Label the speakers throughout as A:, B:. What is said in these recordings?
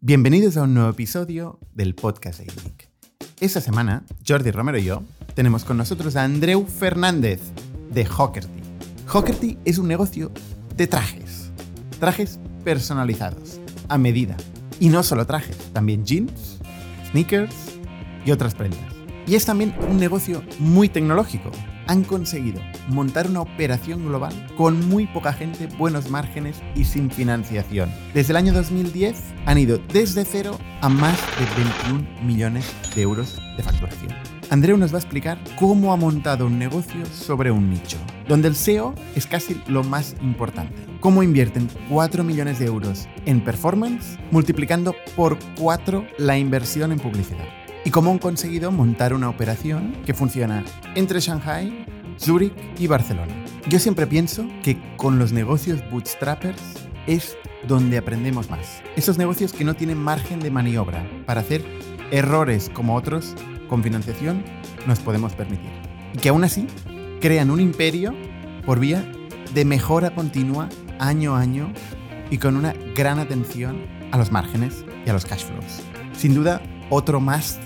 A: Bienvenidos a un nuevo episodio del podcast de INIC. Esta semana, Jordi Romero y yo tenemos con nosotros a Andreu Fernández de Hockerty. Hockerty es un negocio de trajes, trajes personalizados, a medida. Y no solo trajes, también jeans, sneakers y otras prendas. Y es también un negocio muy tecnológico. Han conseguido montar una operación global con muy poca gente, buenos márgenes y sin financiación. Desde el año 2010 han ido desde cero a más de 21 millones de euros de facturación. Andreu nos va a explicar cómo ha montado un negocio sobre un nicho, donde el SEO es casi lo más importante. Cómo invierten 4 millones de euros en performance, multiplicando por 4 la inversión en publicidad y cómo han conseguido montar una operación que funciona entre Shanghai, Zúrich y Barcelona. Yo siempre pienso que con los negocios bootstrappers es donde aprendemos más. Esos negocios que no tienen margen de maniobra para hacer errores como otros con financiación nos podemos permitir. Y que aún así crean un imperio por vía de mejora continua año a año y con una gran atención a los márgenes y a los cash flows. Sin duda, otro más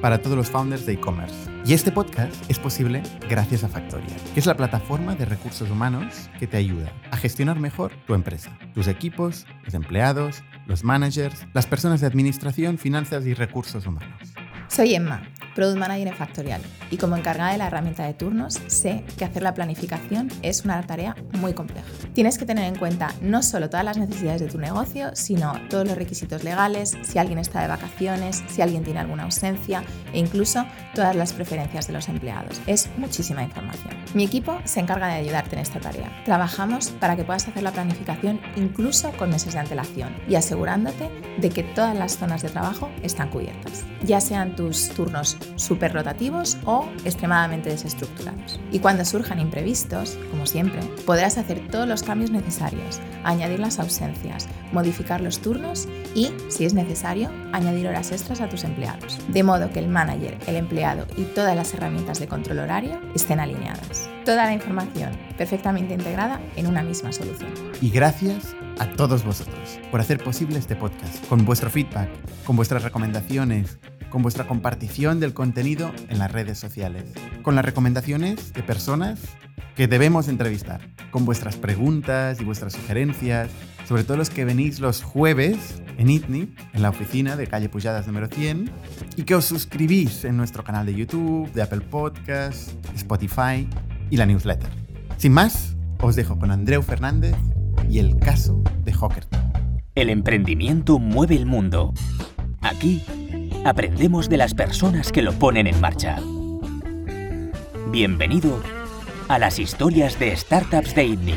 A: para todos los founders de e-commerce. Y este podcast es posible gracias a Factoria, que es la plataforma de recursos humanos que te ayuda a gestionar mejor tu empresa, tus equipos, los empleados, los managers, las personas de administración, finanzas y recursos humanos.
B: Soy Emma, Product Manager en Factorial, y como encargada de la herramienta de turnos, sé que hacer la planificación es una tarea muy compleja. Tienes que tener en cuenta no solo todas las necesidades de tu negocio, sino todos los requisitos legales, si alguien está de vacaciones, si alguien tiene alguna ausencia e incluso todas las preferencias de los empleados. Es muchísima información. Mi equipo se encarga de ayudarte en esta tarea. Trabajamos para que puedas hacer la planificación incluso con meses de antelación y asegurándote de que todas las zonas de trabajo están cubiertas, ya sean tus turnos súper rotativos o extremadamente desestructurados. Y cuando surjan imprevistos, como siempre, podrás hacer todos los cambios necesarios, añadir las ausencias, modificar los turnos y, si es necesario, añadir horas extras a tus empleados. De modo que el manager, el empleado y todas las herramientas de control horario estén alineadas. Toda la información perfectamente integrada en una misma solución.
A: Y gracias a todos vosotros por hacer posible este podcast, con vuestro feedback, con vuestras recomendaciones, con vuestra compartición del contenido en las redes sociales, con las recomendaciones de personas que debemos entrevistar, con vuestras preguntas y vuestras sugerencias, sobre todo los que venís los jueves en ITNI, en la oficina de calle Pujadas número 100, y que os suscribís en nuestro canal de YouTube, de Apple Podcasts, Spotify y la newsletter. Sin más, os dejo con Andreu Fernández y el caso de Hawker.
C: El emprendimiento mueve el mundo. Aquí aprendemos de las personas que lo ponen en marcha. Bienvenido a las historias de startups de ITNIC.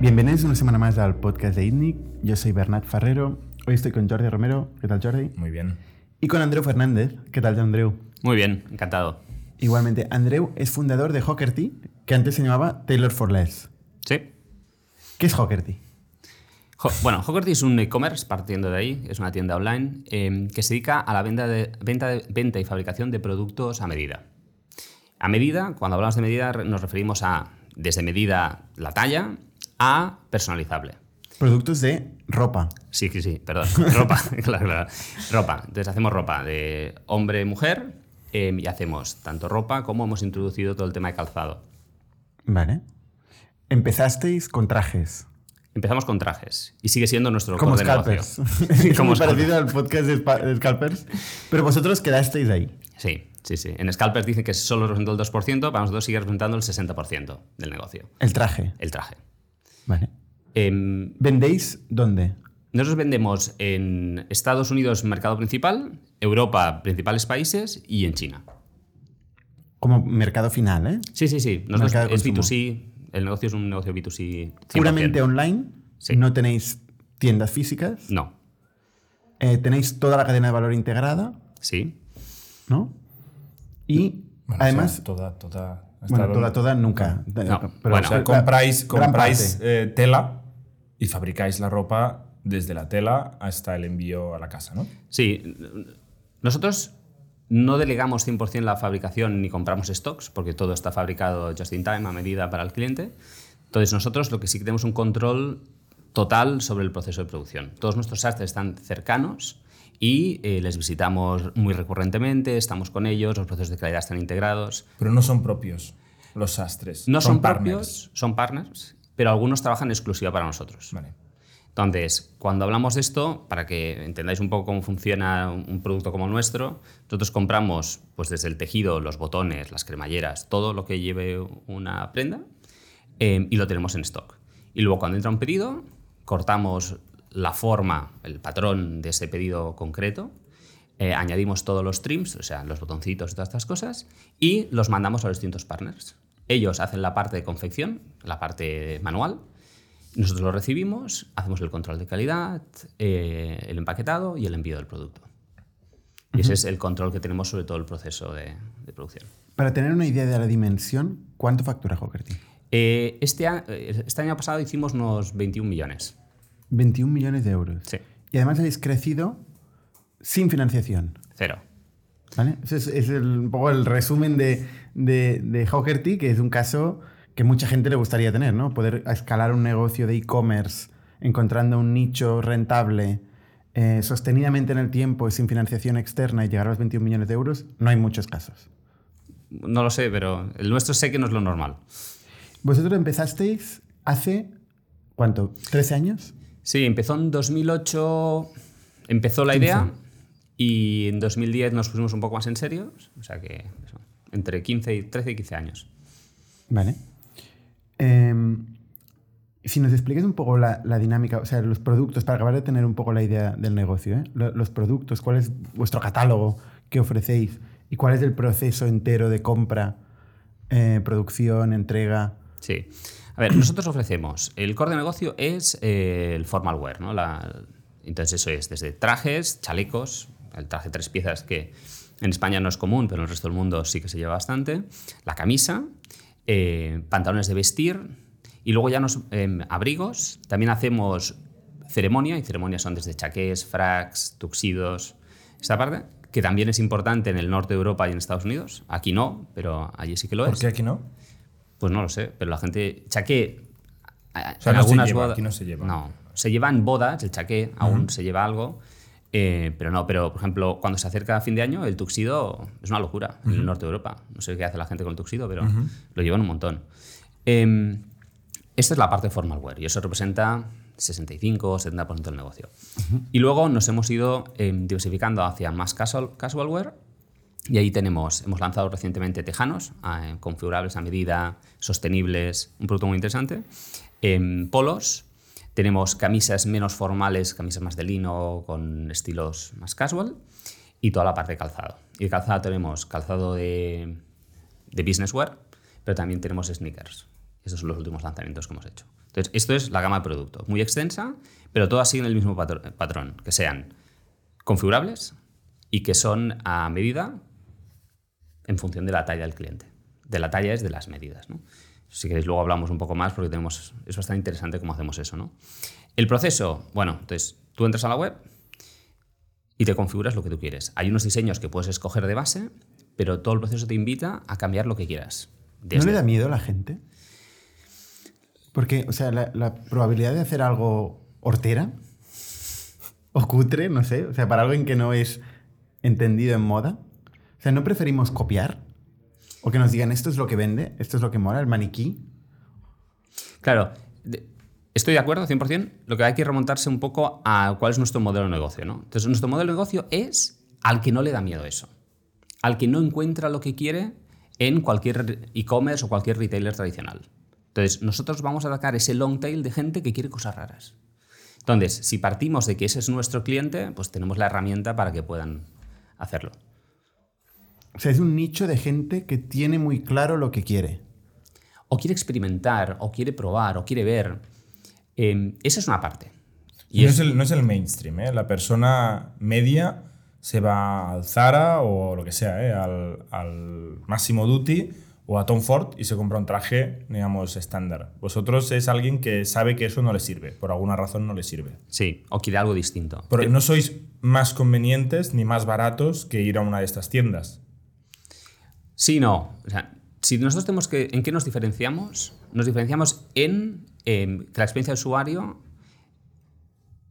A: Bienvenidos una semana más al podcast de ITNIC. Yo soy Bernat Ferrero. Hoy estoy con Jordi Romero. ¿Qué tal, Jordi?
D: Muy bien.
A: Y con Andreu Fernández. ¿Qué tal, Andreu?
E: Muy bien, encantado.
A: Igualmente, Andreu es fundador de Hockerty, que antes se llamaba Taylor for Less.
E: Sí.
A: ¿Qué es Hockerty?
E: Jo- bueno, Hockerty es un e-commerce, partiendo de ahí, es una tienda online eh, que se dedica a la venta, de, venta, de- venta y fabricación de productos a medida. A medida, cuando hablamos de medida, re- nos referimos a, desde medida la talla, a personalizable.
A: Productos de ropa.
E: Sí, sí, sí, perdón. Ropa, claro, claro. Ropa. Entonces hacemos ropa de hombre, mujer, eh, y hacemos tanto ropa como hemos introducido todo el tema de calzado.
A: Vale. Empezasteis con trajes.
E: Empezamos con trajes y sigue siendo nuestro
A: Como
E: core de negocio.
A: scalpers. es
E: Como
A: muy
E: scalpers.
A: parecido al podcast de spa- de scalpers. Pero vosotros quedasteis ahí.
E: Sí, sí, sí. En Scalpers dicen que solo representó el 2%, para nosotros sigue representando el 60% del negocio,
A: El traje.
E: el traje.
A: Vale.
E: Em,
A: ¿Vendéis dónde?
E: nosotros vendemos en Estados Unidos, mercado principal, Europa, principales países y en China.
A: Como mercado final, ¿eh?
E: Sí, sí, sí. Nosotros
A: Mercado de
E: es
A: consumo.
E: B2C, el negocio es un negocio B2C. 100%.
A: Puramente online.
E: Sí.
A: No tenéis tiendas físicas.
E: No,
A: Eh, tenéis toda la cadena de valor integrada,
E: sí.
A: ¿no? Y
D: Bueno, o
A: además,
D: sea, toda, toda. hasta
A: bueno,
D: lo-
A: toda, toda nunca.
E: No,
D: O
E: bueno.
D: sea,
A: la-
D: compráis,
A: gran
D: compráis
A: parte.
D: eh, tela y fabricáis la ropa desde la tela hasta el envío a la casa, ¿no?
E: Sí, nosotros no delegamos 100% la fabricación ni compramos stocks, porque todo está fabricado just in time, a medida para el cliente. Entonces nosotros lo que sí que tenemos un control total sobre el proceso de producción. Todos nuestros sastres están cercanos y eh, les visitamos muy recurrentemente, estamos con ellos, los procesos de calidad están integrados.
D: Pero no son propios los sastres.
E: No son,
D: partners.
E: propios, son partners, pero algunos trabajan en exclusiva para nosotros.
D: Vale.
E: Entonces, cuando hablamos de esto, para que entendáis un poco cómo funciona un producto como el nuestro, nosotros compramos pues desde el tejido, los botones, las cremalleras, todo lo que lleve una prenda eh, y lo tenemos en stock. Y luego cuando entra un pedido, cortamos la forma, el patrón de ese pedido concreto, eh, añadimos todos los trims, o sea, los botoncitos y todas estas cosas, y los mandamos a los distintos partners. Ellos hacen la parte de confección, la parte manual, nosotros lo recibimos, hacemos el control de calidad, eh, el empaquetado y el envío del producto. Y ese es el control que tenemos sobre todo el proceso de, de producción.
A: Para tener una idea de la dimensión, ¿cuánto factura Hockerty?
E: Eh, este, a- eh, este año pasado hicimos unos 21 millones.
A: 21 millones de euros.
E: Sí,
A: Y además habéis crecido sin financiación.
E: cero.
A: ¿Vale? Ese es, es el- un poco el resumen de, de, de Hawkerty, que es un caso que mucha gente le gustaría tener, ¿no? Poder escalar un negocio de e-commerce encontrando un nicho rentable eh, sostenidamente en el tiempo y sin financiación externa y llegar a los 21 millones de euros, no hay muchos casos.
E: No lo sé, pero el nuestro sé que no es lo normal.
A: Vosotros empezasteis hace, ¿cuánto? ¿13 años?
E: Sí, empezó en 2008, empezó la idea y en 2010 nos pusimos un poco más en serio, o sea que eso, entre 15 y 13 y 15 años.
A: Vale. Em, si nos explicas un poco la, la dinámica, o sea, los productos, para acabar de tener un poco la idea del negocio, ¿eh? Lo- los productos, cuál es vuestro catálogo que ofrecéis y cuál es el proceso entero de compra, eh, producción, entrega.
E: Sí. A ver, nosotros ofrecemos. El core de negocio es eh, el formal wear, ¿no? La- entonces, eso es desde trajes, chalecos, el traje tres piezas que en España no es común, pero en el resto del mundo sí que se lleva bastante, la camisa, eh, pantalones de vestir y luego ya nos em, abrigos. También hacemos ceremonia y ceremonias son desde chaqués, fracs, tuxidos, esta parte que también es importante en el norte de Europa y en Estados Unidos. Aquí no, pero allí sí que lo
D: ¿Por
E: es.
D: qué aquí no?
E: Pues no lo sé, pero la gente. Chaqué. a-
D: O sea,
E: en
D: no se
E: algunas
D: lleva,
E: boda-
D: aquí no se lleva.
E: No, se llevan bodas, el chaqué, aún se lleva algo. eh, pero no, pero por ejemplo, cuando se acerca fin de año, el tuxido es una locura en el norte de Europa. No sé qué hace la gente con el tuxido, pero lo llevan un montón. Em, esta es la parte de formal wear y eso representa 65 o 70% del negocio. Y luego nos hemos ido em, diversificando hacia más casual, casual wear y ahí tenemos, hemos lanzado recientemente tejanos, eh, configurables a medida, sostenibles, un producto muy interesante. Em, polos, tenemos camisas menos formales, camisas más de lino, con estilos más casual. Y toda la parte de calzado. Y de calzado tenemos calzado de, de businesswear, pero también tenemos sneakers. Estos son los últimos lanzamientos que hemos hecho. Entonces, esto es la gama de producto, muy extensa, pero todas siguen el mismo patro- patrón, que sean configurables y que son a medida en función de la talla del cliente. De la talla es de las medidas. ¿no? Si queréis, luego hablamos un poco más porque tenemos, es bastante interesante cómo hacemos eso. ¿no? El proceso, bueno, entonces tú entras a la web y te configuras lo que tú quieres. Hay unos diseños que puedes escoger de base, pero todo el proceso te invita a cambiar lo que quieras.
A: ¿No
E: Desde-
A: le da miedo a la gente? Porque, o sea, la, la probabilidad de hacer algo hortera o cutre, no sé, o sea, para alguien que no es entendido en moda, o sea, ¿no preferimos copiar? O que nos digan, esto es lo que vende, esto es lo que mola, el maniquí.
E: Claro, de- estoy de acuerdo 100%. Lo que hay que remontarse un poco a cuál es nuestro modelo de negocio, ¿no? Entonces, nuestro modelo de negocio es al que no le da miedo eso. Al que no encuentra lo que quiere en cualquier e-commerce o cualquier retailer tradicional. Entonces, nosotros vamos a atacar ese long tail de gente que quiere cosas raras. Entonces, si partimos de que ese es nuestro cliente, pues tenemos la herramienta para que puedan hacerlo.
A: O sea, es un nicho de gente que tiene muy claro lo que quiere.
E: o quiere experimentar, o quiere probar, o quiere ver. Eh, esa es una parte.
D: Y no, es el, no es el mainstream, ¿eh? La persona media se va al Zara o lo que sea, ¿eh? al, al Máximo Duty o a Tom Ford y se compra un traje, digamos, estándar. Vosotros es alguien que sabe que eso no le sirve, por alguna razón no le sirve.
E: Sí, o quiere algo distinto.
D: Pero no sois más convenientes ni más baratos que ir a una de estas tiendas.
E: Sí, no. O sea, si nosotros tenemos que. ¿En qué nos diferenciamos? Nos diferenciamos en em, que la experiencia de usuario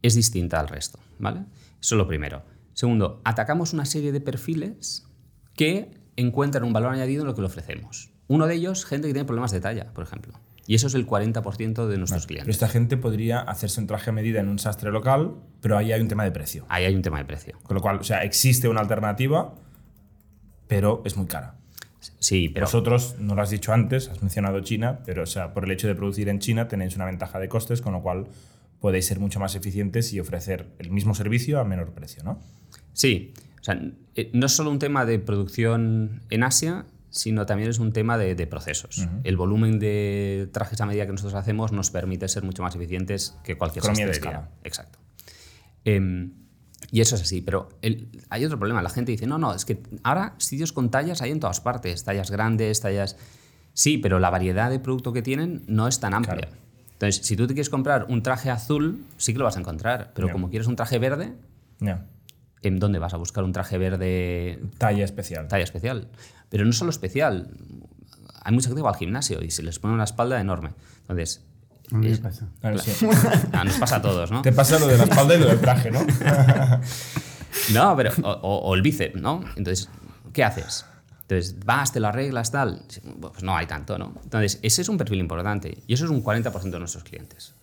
E: es distinta al resto, ¿vale? Eso es lo primero. Segundo, atacamos una serie de perfiles que encuentran un valor añadido en lo que le ofrecemos. Uno de ellos, gente que tiene problemas de talla, por ejemplo. Y eso es el 40% de nuestros
D: Pero
E: clientes.
D: esta gente podría hacerse un traje a medida en un sastre local, pero ahí hay un tema de precio.
E: Ahí hay un tema de precio.
D: Con lo cual, o sea, existe una alternativa, pero es muy cara.
E: Sí, pero...
D: Vosotros, no lo has dicho antes, has mencionado China, pero o sea, por el hecho de producir en China tenéis una ventaja de costes, con lo cual podéis ser mucho más eficientes y ofrecer el mismo servicio a menor precio, ¿no?
E: Sí, o sea, eh, no es solo un tema de producción en Asia, sino también es un tema de, de procesos. El volumen de trajes a medida que nosotros hacemos nos permite ser mucho más eficientes que cualquier
D: Economía de
E: sastrería.
D: escala.
E: Exacto. Em, y eso es así, pero el- hay otro problema. La gente dice, no, no, es que ahora sitios con tallas hay en todas partes, tallas grandes, tallas... Sí, pero la variedad de producto que tienen no es tan amplia.
D: Claro.
E: Entonces, si tú te quieres comprar un traje azul, sí que lo vas a encontrar, pero
D: Ya.
E: como quieres un traje verde,
D: Ya.
E: ¿en dónde vas a buscar un traje verde
D: Talla especial.
E: talla especial? Pero no solo especial. Hay mucha gente que va al gimnasio y se les pone una espalda enorme. Entonces,
A: A mí me pasa.
D: A ver, sí.
E: ah, nos pasa a todos, ¿no?
D: Te pasa lo de la espalda y lo del traje, ¿no?
E: No, pero. O, o- o el bíceps, ¿no? Entonces, ¿qué haces? Entonces, vas, te lo arreglas, tal. Pues no hay tanto, ¿no? Entonces, ese es un perfil importante y eso es un 40% de nuestros clientes.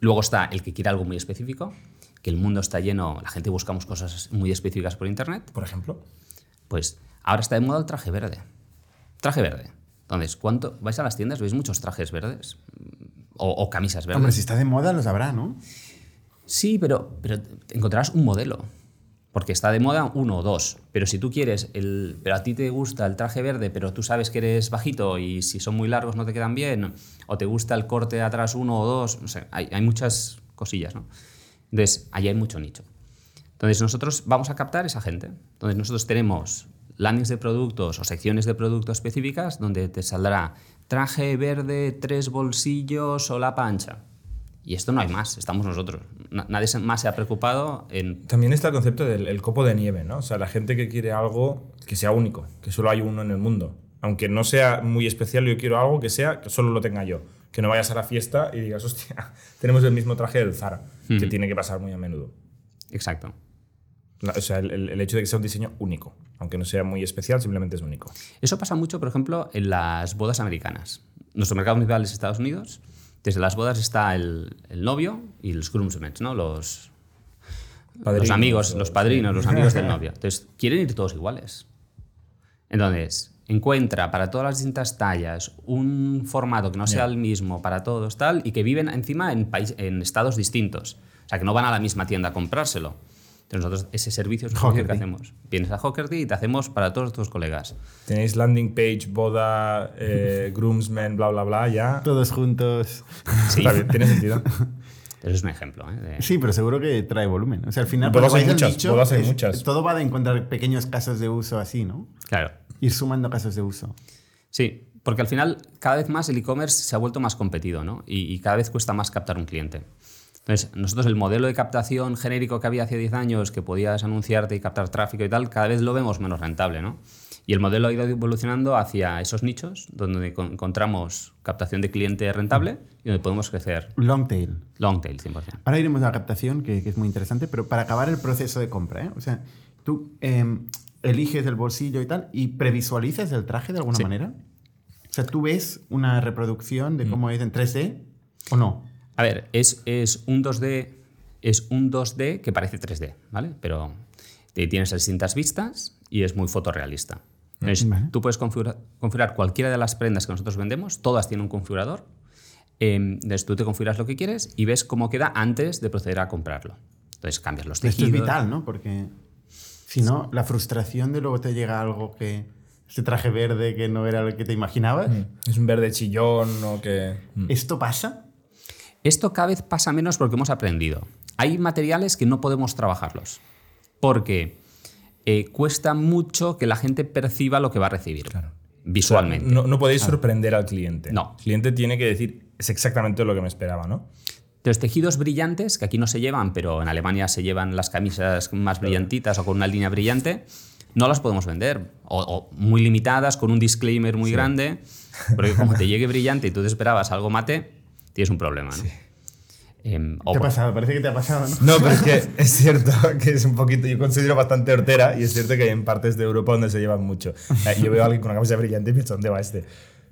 E: Luego está el que quiere algo muy específico, que el mundo está lleno, la gente buscamos cosas muy específicas por internet.
D: Por ejemplo.
E: Pues ahora está de moda el traje verde. Traje verde. Entonces, ¿cuánto? ¿Vais a las tiendas? ¿Veis muchos trajes verdes? O, o camisas verdes.
A: Hombre, si está de moda, lo sabrá, ¿no?
E: Sí, pero, pero te encontrarás un modelo. Porque está de moda uno o dos. Pero si tú quieres, el, pero a ti te gusta el traje verde, pero tú sabes que eres bajito y si son muy largos no te quedan bien, o te gusta el corte de atrás uno o dos, no sé, hay, hay muchas cosillas, ¿no? Entonces, ahí hay mucho nicho. Entonces, nosotros vamos a captar esa gente. Entonces, nosotros tenemos landings de productos o secciones de productos específicas donde te saldrá traje verde, tres bolsillos o la pancha. Y esto no hay más, estamos nosotros. Na- Nadie se- más se ha preocupado en...
D: También está el concepto del el copo de nieve, ¿no? O sea, la gente que quiere algo que sea único, que solo hay uno en el mundo. Aunque no sea muy especial, yo quiero algo que sea que solo lo tenga yo. Que no vayas a la fiesta y digas, hostia, tenemos el mismo traje del Zara, que tiene que pasar muy a menudo.
E: Exacto.
D: La- o sea, el, el- el hecho de que sea un diseño único. Aunque no sea muy especial, simplemente es único.
E: Eso pasa mucho, por ejemplo, en las bodas americanas. Nuestro mercado principal es Estados Unidos. Desde las bodas está el, el novio y los groomsmen, ¿no? Los,
D: Padrinos,
E: los amigos,
D: o-
E: los padrinos, los amigos del novio. Entonces, quieren ir todos iguales. Entonces, encuentra para todas las distintas tallas un formato que no sea el mismo para todos, tal, y que viven encima en, país- en estados distintos. O sea, que no van a la misma tienda a comprárselo. Entonces, nosotros ese servicio es un servicio que
A: Hockerty.
E: hacemos. Vienes a Hockerty y te hacemos para todos tus colegas.
D: Tenéis landing page, boda, eh, groomsmen, bla, bla, bla, ya.
A: Todos juntos.
E: Sí.
D: Está bien, tiene sentido.
E: Eso es un ejemplo. ¿eh? De-
A: Sí, pero seguro que trae volumen. O sea, al final,
D: Bodas
A: cuando
D: hay
A: vais al
D: muchas,
A: nicho,
D: bodas hay
A: es-
D: muchas.
A: Todo va de encontrar pequeños casos de uso así, ¿no?
E: Claro.
A: Ir sumando casos de uso.
E: Sí, porque al final cada vez más el e-commerce se ha vuelto más competido ¿no? y, y cada vez cuesta más captar un cliente. Entonces, nosotros el modelo de captación genérico que había hace 10 años, que podías anunciarte y captar tráfico y tal, cada vez lo vemos menos rentable. ¿no? Y el modelo ha ido evolucionando hacia esos nichos donde con- encontramos captación de cliente rentable y donde podemos crecer
A: Long tail.
E: long tail 100%.
A: Ahora iremos a la captación, que, que es muy interesante, pero para acabar el proceso de compra, ¿eh? O sea, tú em, eliges el bolsillo y tal y previsualizas el traje de alguna
E: Sí.
A: manera. O sea, tú ves una reproducción de cómo es en 3D o no.
E: A ver, es, es un 2D. Es un 2D que parece 3D, ¿vale? Pero te- tienes las distintas vistas y es muy fotorrealista. Entonces,
A: Vale.
E: tú puedes configura- configurar cualquiera de las prendas que nosotros vendemos, todas tienen un configurador. eh, Entonces, tú te configuras lo que quieres y ves cómo queda antes de proceder a comprarlo. Entonces, cambias los tejidos.
A: Esto es vital, ¿no? Porque si no, la frustración de luego te llega algo que este traje verde que no era lo que te imaginabas.
D: Es un verde chillón o que...
A: ¿Esto pasa?
E: Esto cada vez pasa menos porque hemos aprendido. Hay materiales que no podemos trabajarlos porque eh, cuesta mucho que la gente perciba lo que va a recibir visualmente.
D: No, no podéis sorprender al cliente.
E: Ah. No.
D: El cliente tiene que decir, es exactamente lo que me esperaba, ¿no?
E: Los tejidos brillantes, que aquí no se llevan, pero en Alemania se llevan las camisas más brillantitas o con una línea brillante, no las podemos vender. O, o muy limitadas, con un disclaimer muy grande. Porque como te llegue brillante y tú te esperabas algo mate, tienes un problema. ¿no? Em, o
A: Te ha
E: por-
A: pasado, parece que te ha pasado. ¿no?
D: No, pero es que es cierto que es un poquito, yo considero bastante hortera y es cierto que hay en partes de Europa donde se llevan mucho. Eh, Yo veo a alguien con una camisa brillante y pienso, ¿dónde va este?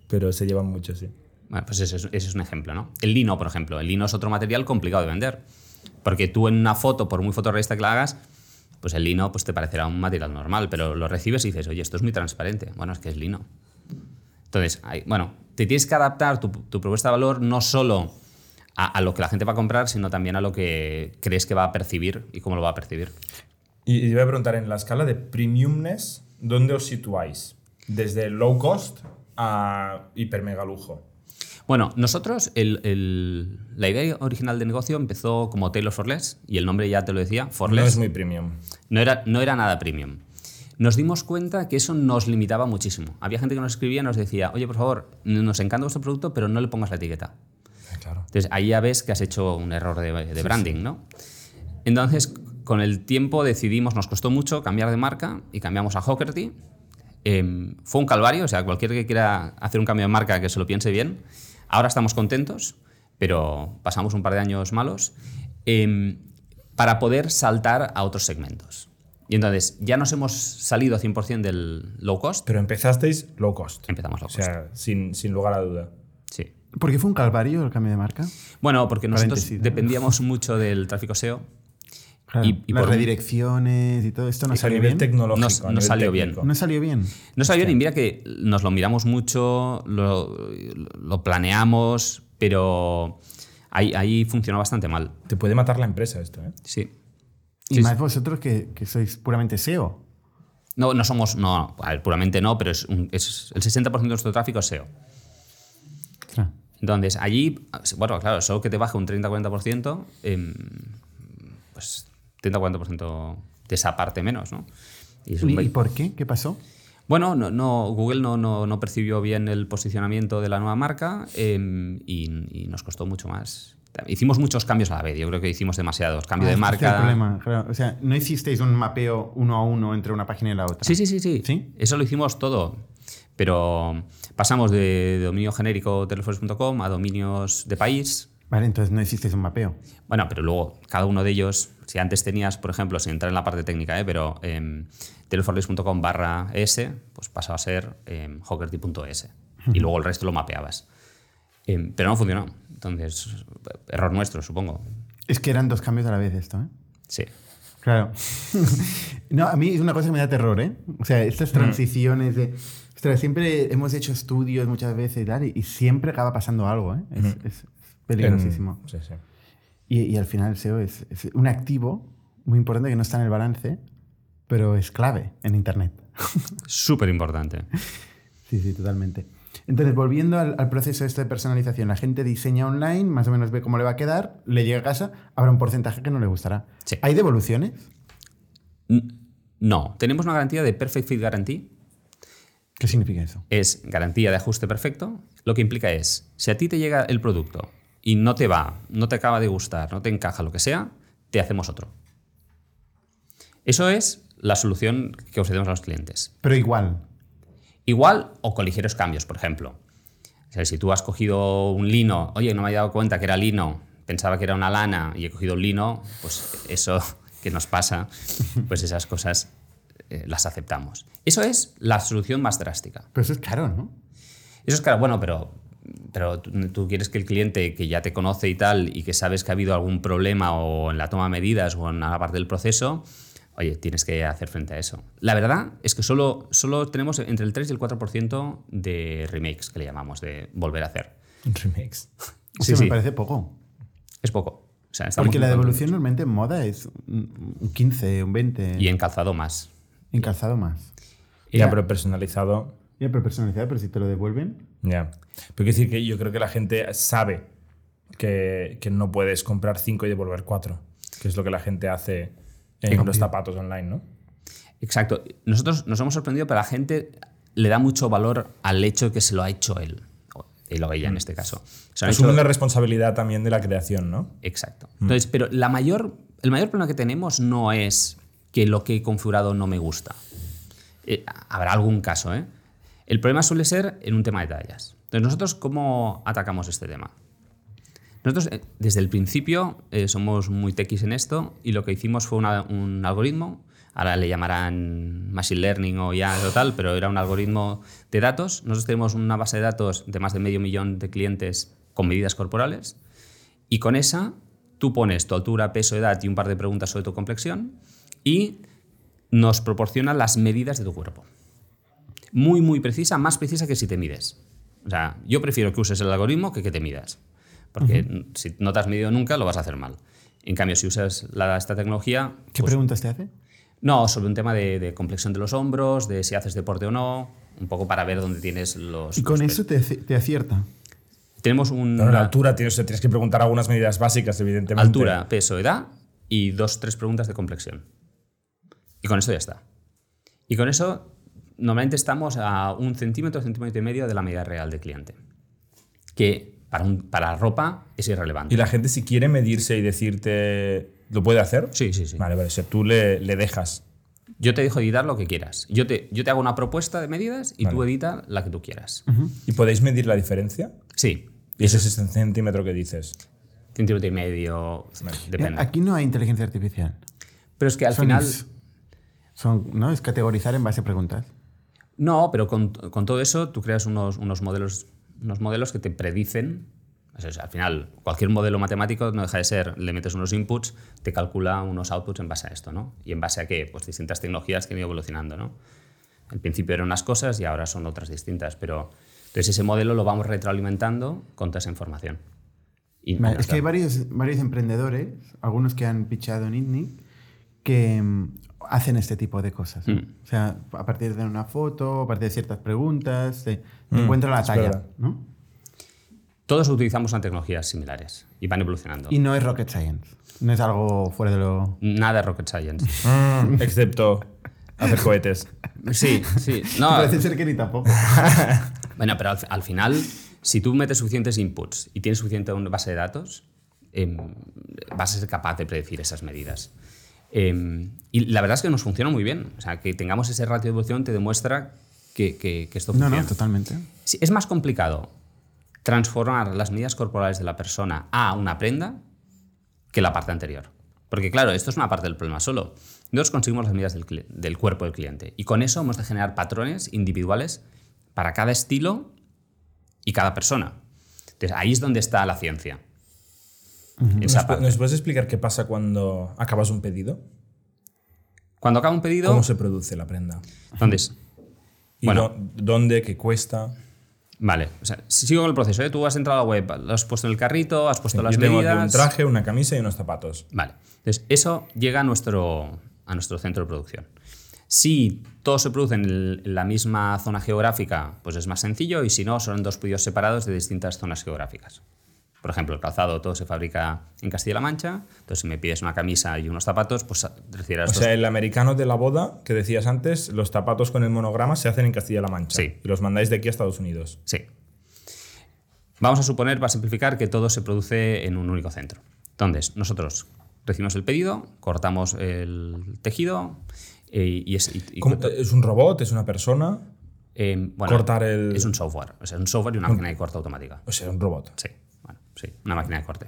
D: Pero se llevan mucho, sí.
E: Bueno, pues ese es, ese es un ejemplo, ¿no? El lino, por ejemplo. El lino es otro material complicado de vender. Porque tú en una foto, por muy fotorrealista que la hagas, pues el lino pues te parecerá un material normal, pero lo recibes y dices, oye, esto es muy transparente. Bueno, es que es lino. Entonces, hay- bueno, te tienes que adaptar tu, tu propuesta de valor no solo a, a lo que la gente va a comprar, sino también a lo que crees que va a percibir y cómo lo va a percibir.
D: Y, y te voy a preguntar, en la escala de premiumness, ¿dónde os situáis? Desde low cost a hiper mega lujo.
E: Bueno, nosotros, el- el- la idea original de negocio empezó como Taylor for Less, y el nombre ya te lo decía, for
D: No
E: Less.
D: es muy premium.
E: No era, no era nada premium. Nos dimos cuenta que eso nos limitaba muchísimo. Había gente que nos escribía y nos decía, oye, por favor, nos encanta vuestro producto, pero no le pongas la etiqueta.
D: Eh, Claro.
E: Entonces ahí ya ves que has hecho un error de, de branding, ¿no? Entonces, con el tiempo decidimos, nos costó mucho cambiar de marca y cambiamos a Hockerty. Em, fue un calvario, o sea, cualquier que quiera hacer un cambio de marca que se lo piense bien. Ahora estamos contentos, pero pasamos un par de años malos em, para poder saltar a otros segmentos. Y entonces ya nos hemos salido 100% del low cost.
D: Pero empezasteis low cost.
E: Empezamos low
D: O
E: cost.
D: sea, sin, sin lugar a duda.
E: sí.
A: ¿Por qué fue un calvario el cambio de marca?
E: Bueno, porque nosotros
A: Paréntesis, ¿no?
E: dependíamos mucho del tráfico E SEO.
A: Claro,
E: Y- y
A: las
E: por un-
A: redirecciones y todo esto no
D: a
A: salió
D: nivel
A: bien.
D: tecnológico.
E: No-
D: a
E: no
D: nivel
E: salió bien.
D: técnico.
A: No salió bien.
E: No sabía bien, mira que nos lo miramos mucho, lo, lo planeamos, pero ahí, ahí funcionó bastante mal.
D: Te puede matar la empresa esto, ¿eh?
E: Sí.
A: Y
E: Sí,
A: más vosotros que, que sois puramente SEO.
E: No, no somos, no, a ver, puramente no, pero es, un- es- el 60% de nuestro tráfico es SEO.
A: Claro.
E: Entonces, allí, bueno, claro, solo que te baje un 30-40%, em, pues 30-40% de esa parte menos, ¿no? Y es un
A: ¿Y,
E: ve-
A: y por qué? ¿Qué pasó?
E: Bueno, no, no, Google no, no, no percibió bien el posicionamiento de la nueva marca em, y, y nos costó mucho más. Hicimos muchos cambios a la vez, yo creo que hicimos demasiados. Cambio
A: Ah,
E: de
A: este es el
E: marca.
A: problema, claro. O sea, no hicisteis un mapeo uno a uno entre una página y la otra.
E: Sí, sí, sí, sí,
A: ¿Sí?
E: Eso lo hicimos todo. Pero pasamos de dominio genérico telefores.com a dominios de país.
A: Vale, entonces no hicisteis un mapeo.
E: Bueno, pero luego cada uno de ellos, si antes tenías, por ejemplo, sin entrar en la parte técnica, ¿eh? pero em, teleforlis.com barra s, pues pasó a ser em, hockerty.es. Y luego el resto lo mapeabas. Em, pero no funcionó. Entonces, error nuestro, supongo.
A: Es que eran dos cambios a la vez esto, ¿eh?
E: Sí.
A: Claro. no, a mí es una cosa que me da terror, ¿eh? O sea,
E: Mm.
A: estas transiciones de... Ostras, siempre hemos hecho estudios muchas veces y tal, y, y siempre acaba pasando algo, ¿eh? Es,
E: Mm.
A: es peligrosísimo.
D: En- sí, sí.
A: Y, y al final el SEO es, es un activo muy importante que no está en el balance, pero es clave en Internet.
E: Súper importante.
A: Sí, sí, totalmente. Entonces, volviendo al, al proceso este de personalización, la gente diseña online, más o menos ve cómo le va a quedar, le llega a casa, habrá un porcentaje que no le gustará.
E: Sí.
A: ¿Hay devoluciones?
E: No, tenemos una garantía de Perfect Fit Guarantee.
A: ¿Qué significa eso?
E: es garantía de ajuste perfecto, lo que implica es, si a ti te llega el producto y no te va, no te acaba de gustar, no te encaja, lo que sea, te hacemos otro. Eso es la solución que ofrecemos a los clientes.
A: Pero igual.
E: Igual o con ligeros cambios, por ejemplo. O sea, si tú has cogido un lino, oye, no me había dado cuenta que era lino, pensaba que era una lana y he cogido un lino, pues eso que nos pasa, pues esas cosas eh, las aceptamos. Eso es la solución más drástica.
A: Pero eso es caro, ¿no?
E: Eso es claro, bueno, pero, pero tú, tú quieres que el cliente que ya te conoce y tal, y que sabes que ha habido algún problema o en la toma de medidas o en la parte del proceso, oye, tienes que hacer frente a eso. La verdad es que solo, solo tenemos entre el 3 y el 4% de remakes, que le llamamos, de volver a hacer.
D: Remakes.
A: O
E: Sí,
A: sea,
E: sí.
A: me parece poco.
E: Es poco. O sea, estamos
A: Porque la
E: muy
A: devolución normalmente
E: contentos.
A: en moda es un un 15, un 20,
E: Y en calzado más.
A: encalzado más.
D: Ya, pero personalizado.
A: Ya, pero personalizado, pero si te lo devuelven.
D: Ya. Pero quiero decir que yo creo que la gente sabe que, que no puedes comprar cinco y devolver cuatro, que es lo que la gente hace en los zapatos online, ¿no?
E: Exacto. Nosotros nos hemos sorprendido, pero la gente le da mucho valor al hecho que se lo ha hecho él. o- Él o ella en este caso. Se lo han
D: Asumen
E: hecho-
D: la responsabilidad también de la creación, ¿no?
E: Exacto. Entonces, pero la mayor, el mayor problema que tenemos no es que lo que he configurado no me gusta. Eh, habrá algún caso, ¿eh? El problema suele ser en un tema de tallas. Entonces, ¿nosotros cómo atacamos este tema? Nosotros eh, desde el principio eh, somos muy techis en esto y lo que hicimos fue una- un algoritmo, ahora le llamarán machine learning o ya o tal, pero era un algoritmo de datos. Nosotros tenemos una base de datos de más de medio millón de clientes con medidas corporales y con esa tú pones tu altura, peso, edad y un par de preguntas sobre tu complexión y nos proporciona las medidas de tu cuerpo. Muy, muy precisa, más precisa que si te mides. O sea, yo prefiero que uses el algoritmo que que te midas. Porque n- si no te has medido nunca, lo vas a hacer mal. En cambio, si usas la- esta tecnología...
A: ¿Qué
E: pues,
A: preguntas te hace?
E: no, sobre un tema de, de complexión de los hombros, de si haces deporte o no, un poco para ver dónde tienes los...
A: Y con
E: los
A: eso te, aci- te acierta.
E: pe- Tenemos un...
D: Pero la altura, tienes, o sea, tienes que preguntar algunas medidas básicas, evidentemente.
E: Altura, peso, edad y dos, tres preguntas de complexión. Y con eso ya está. Y con eso normalmente estamos a un centímetro, centímetro y medio de la medida real del cliente. Que para, un- para ropa es irrelevante.
D: Y la gente, si quiere medirse y decirte, ¿lo puede hacer?
E: Sí, sí, sí.
D: Vale, vale. O sea, tú le, le dejas.
E: Yo te dejo editar lo que quieras. Yo te, yo te hago una propuesta de medidas y tú
D: Vale.
E: edita la que tú quieras.
D: ¿Y podéis medir la diferencia?
E: Sí.
D: Y ese es ese centímetro que dices.
E: Centímetro y medio, depende.
A: Aquí no hay inteligencia artificial.
E: Pero es que al
A: Son
E: final...
A: mis- Son, ¿no? Es categorizar en base a preguntas.
E: No, pero con, con todo eso tú creas unos, unos modelos, unos modelos que te predicen. O sea, al final, cualquier modelo matemático no deja de ser, le metes unos inputs, te calcula unos outputs en base a esto, ¿no? Y en base a qué? Pues distintas tecnologías que han ido evolucionando, ¿no? Al principio eran unas cosas y ahora son otras distintas, pero entonces ese modelo lo vamos retroalimentando con toda esa información. Y-
A: Ma-
E: y
A: Es que hay
E: claro,
A: varios, varios emprendedores, algunos que han pichado en ITNIC, que mm, hacen este tipo de cosas. ¿no?
E: Mm.
A: O sea, a partir de una foto, a partir de ciertas preguntas, se se encuentra la
D: Mm, es
A: talla.
D: verdad.
A: ¿no?
E: todos utilizamos unas tecnologías similares y van evolucionando.
A: Y no es rocket science. No es algo fuera de lo.
E: Nada de rocket science. Mm,
D: excepto hacer cohetes.
E: Sí, sí. No,
A: Parece ser que ni tampoco.
E: Bueno, pero al, al final, si tú metes suficientes inputs y tienes suficiente una base de datos, em, vas a ser capaz de predecir esas medidas. Em, y la verdad es que nos funciona muy bien. O sea, que tengamos ese ratio de evolución te demuestra que, que- que esto
A: No,
E: funciona.
A: no, totalmente.
E: Sí, es más complicado transformar las medidas corporales de la persona a una prenda que la parte anterior. Porque claro, esto es una parte del problema solo. Nosotros conseguimos las medidas del, cli- del cuerpo del cliente y con eso hemos de generar patrones individuales para cada estilo y cada persona. Entonces ahí es donde está la ciencia. Esa
D: ¿Nos, pu-
E: parte.
D: nos puedes explicar qué pasa cuando acabas un pedido?
E: Cuando acaba un pedido,
D: ¿Cómo se produce la prenda?
E: entonces,
D: ¿Y
E: Bueno.
D: dó- dónde? ¿Qué cuesta?
E: vale, o sea, sigo con el proceso. ¿eh? Tú has entrado a la web, lo has puesto en el carrito, has puesto
D: Yo
E: las
D: tengo aquí
E: medidas.
D: un traje, una camisa y unos zapatos.
E: Vale. Entonces, eso llega a nuestro, a nuestro centro de producción. Si todo se produce en, el- en la misma zona geográfica, pues es más sencillo, y si no, son dos pedidos separados de distintas zonas geográficas. Por ejemplo, el calzado todo se fabrica en Castilla-La Mancha, entonces si me pides una camisa y unos zapatos, pues recibirás
D: O
E: dos-
D: sea, el americano de la boda que decías antes, los zapatos con el monograma se hacen en Castilla-La Mancha.
E: Sí.
D: Y los mandáis de aquí a Estados Unidos.
E: Sí. Vamos a suponer, para simplificar, que todo se produce en un único centro. Entonces, nosotros recibimos el pedido, cortamos el tejido eh, y, es, y- y-
D: ¿Cómo- ¿Es un robot? ¿Es una persona?
E: Eh, bueno,
D: Cortar el-
E: Es un software. O sea, un software y una máquina de corte automática.
D: O sea, un robot.
E: Sí, bueno, sí, una máquina de corte.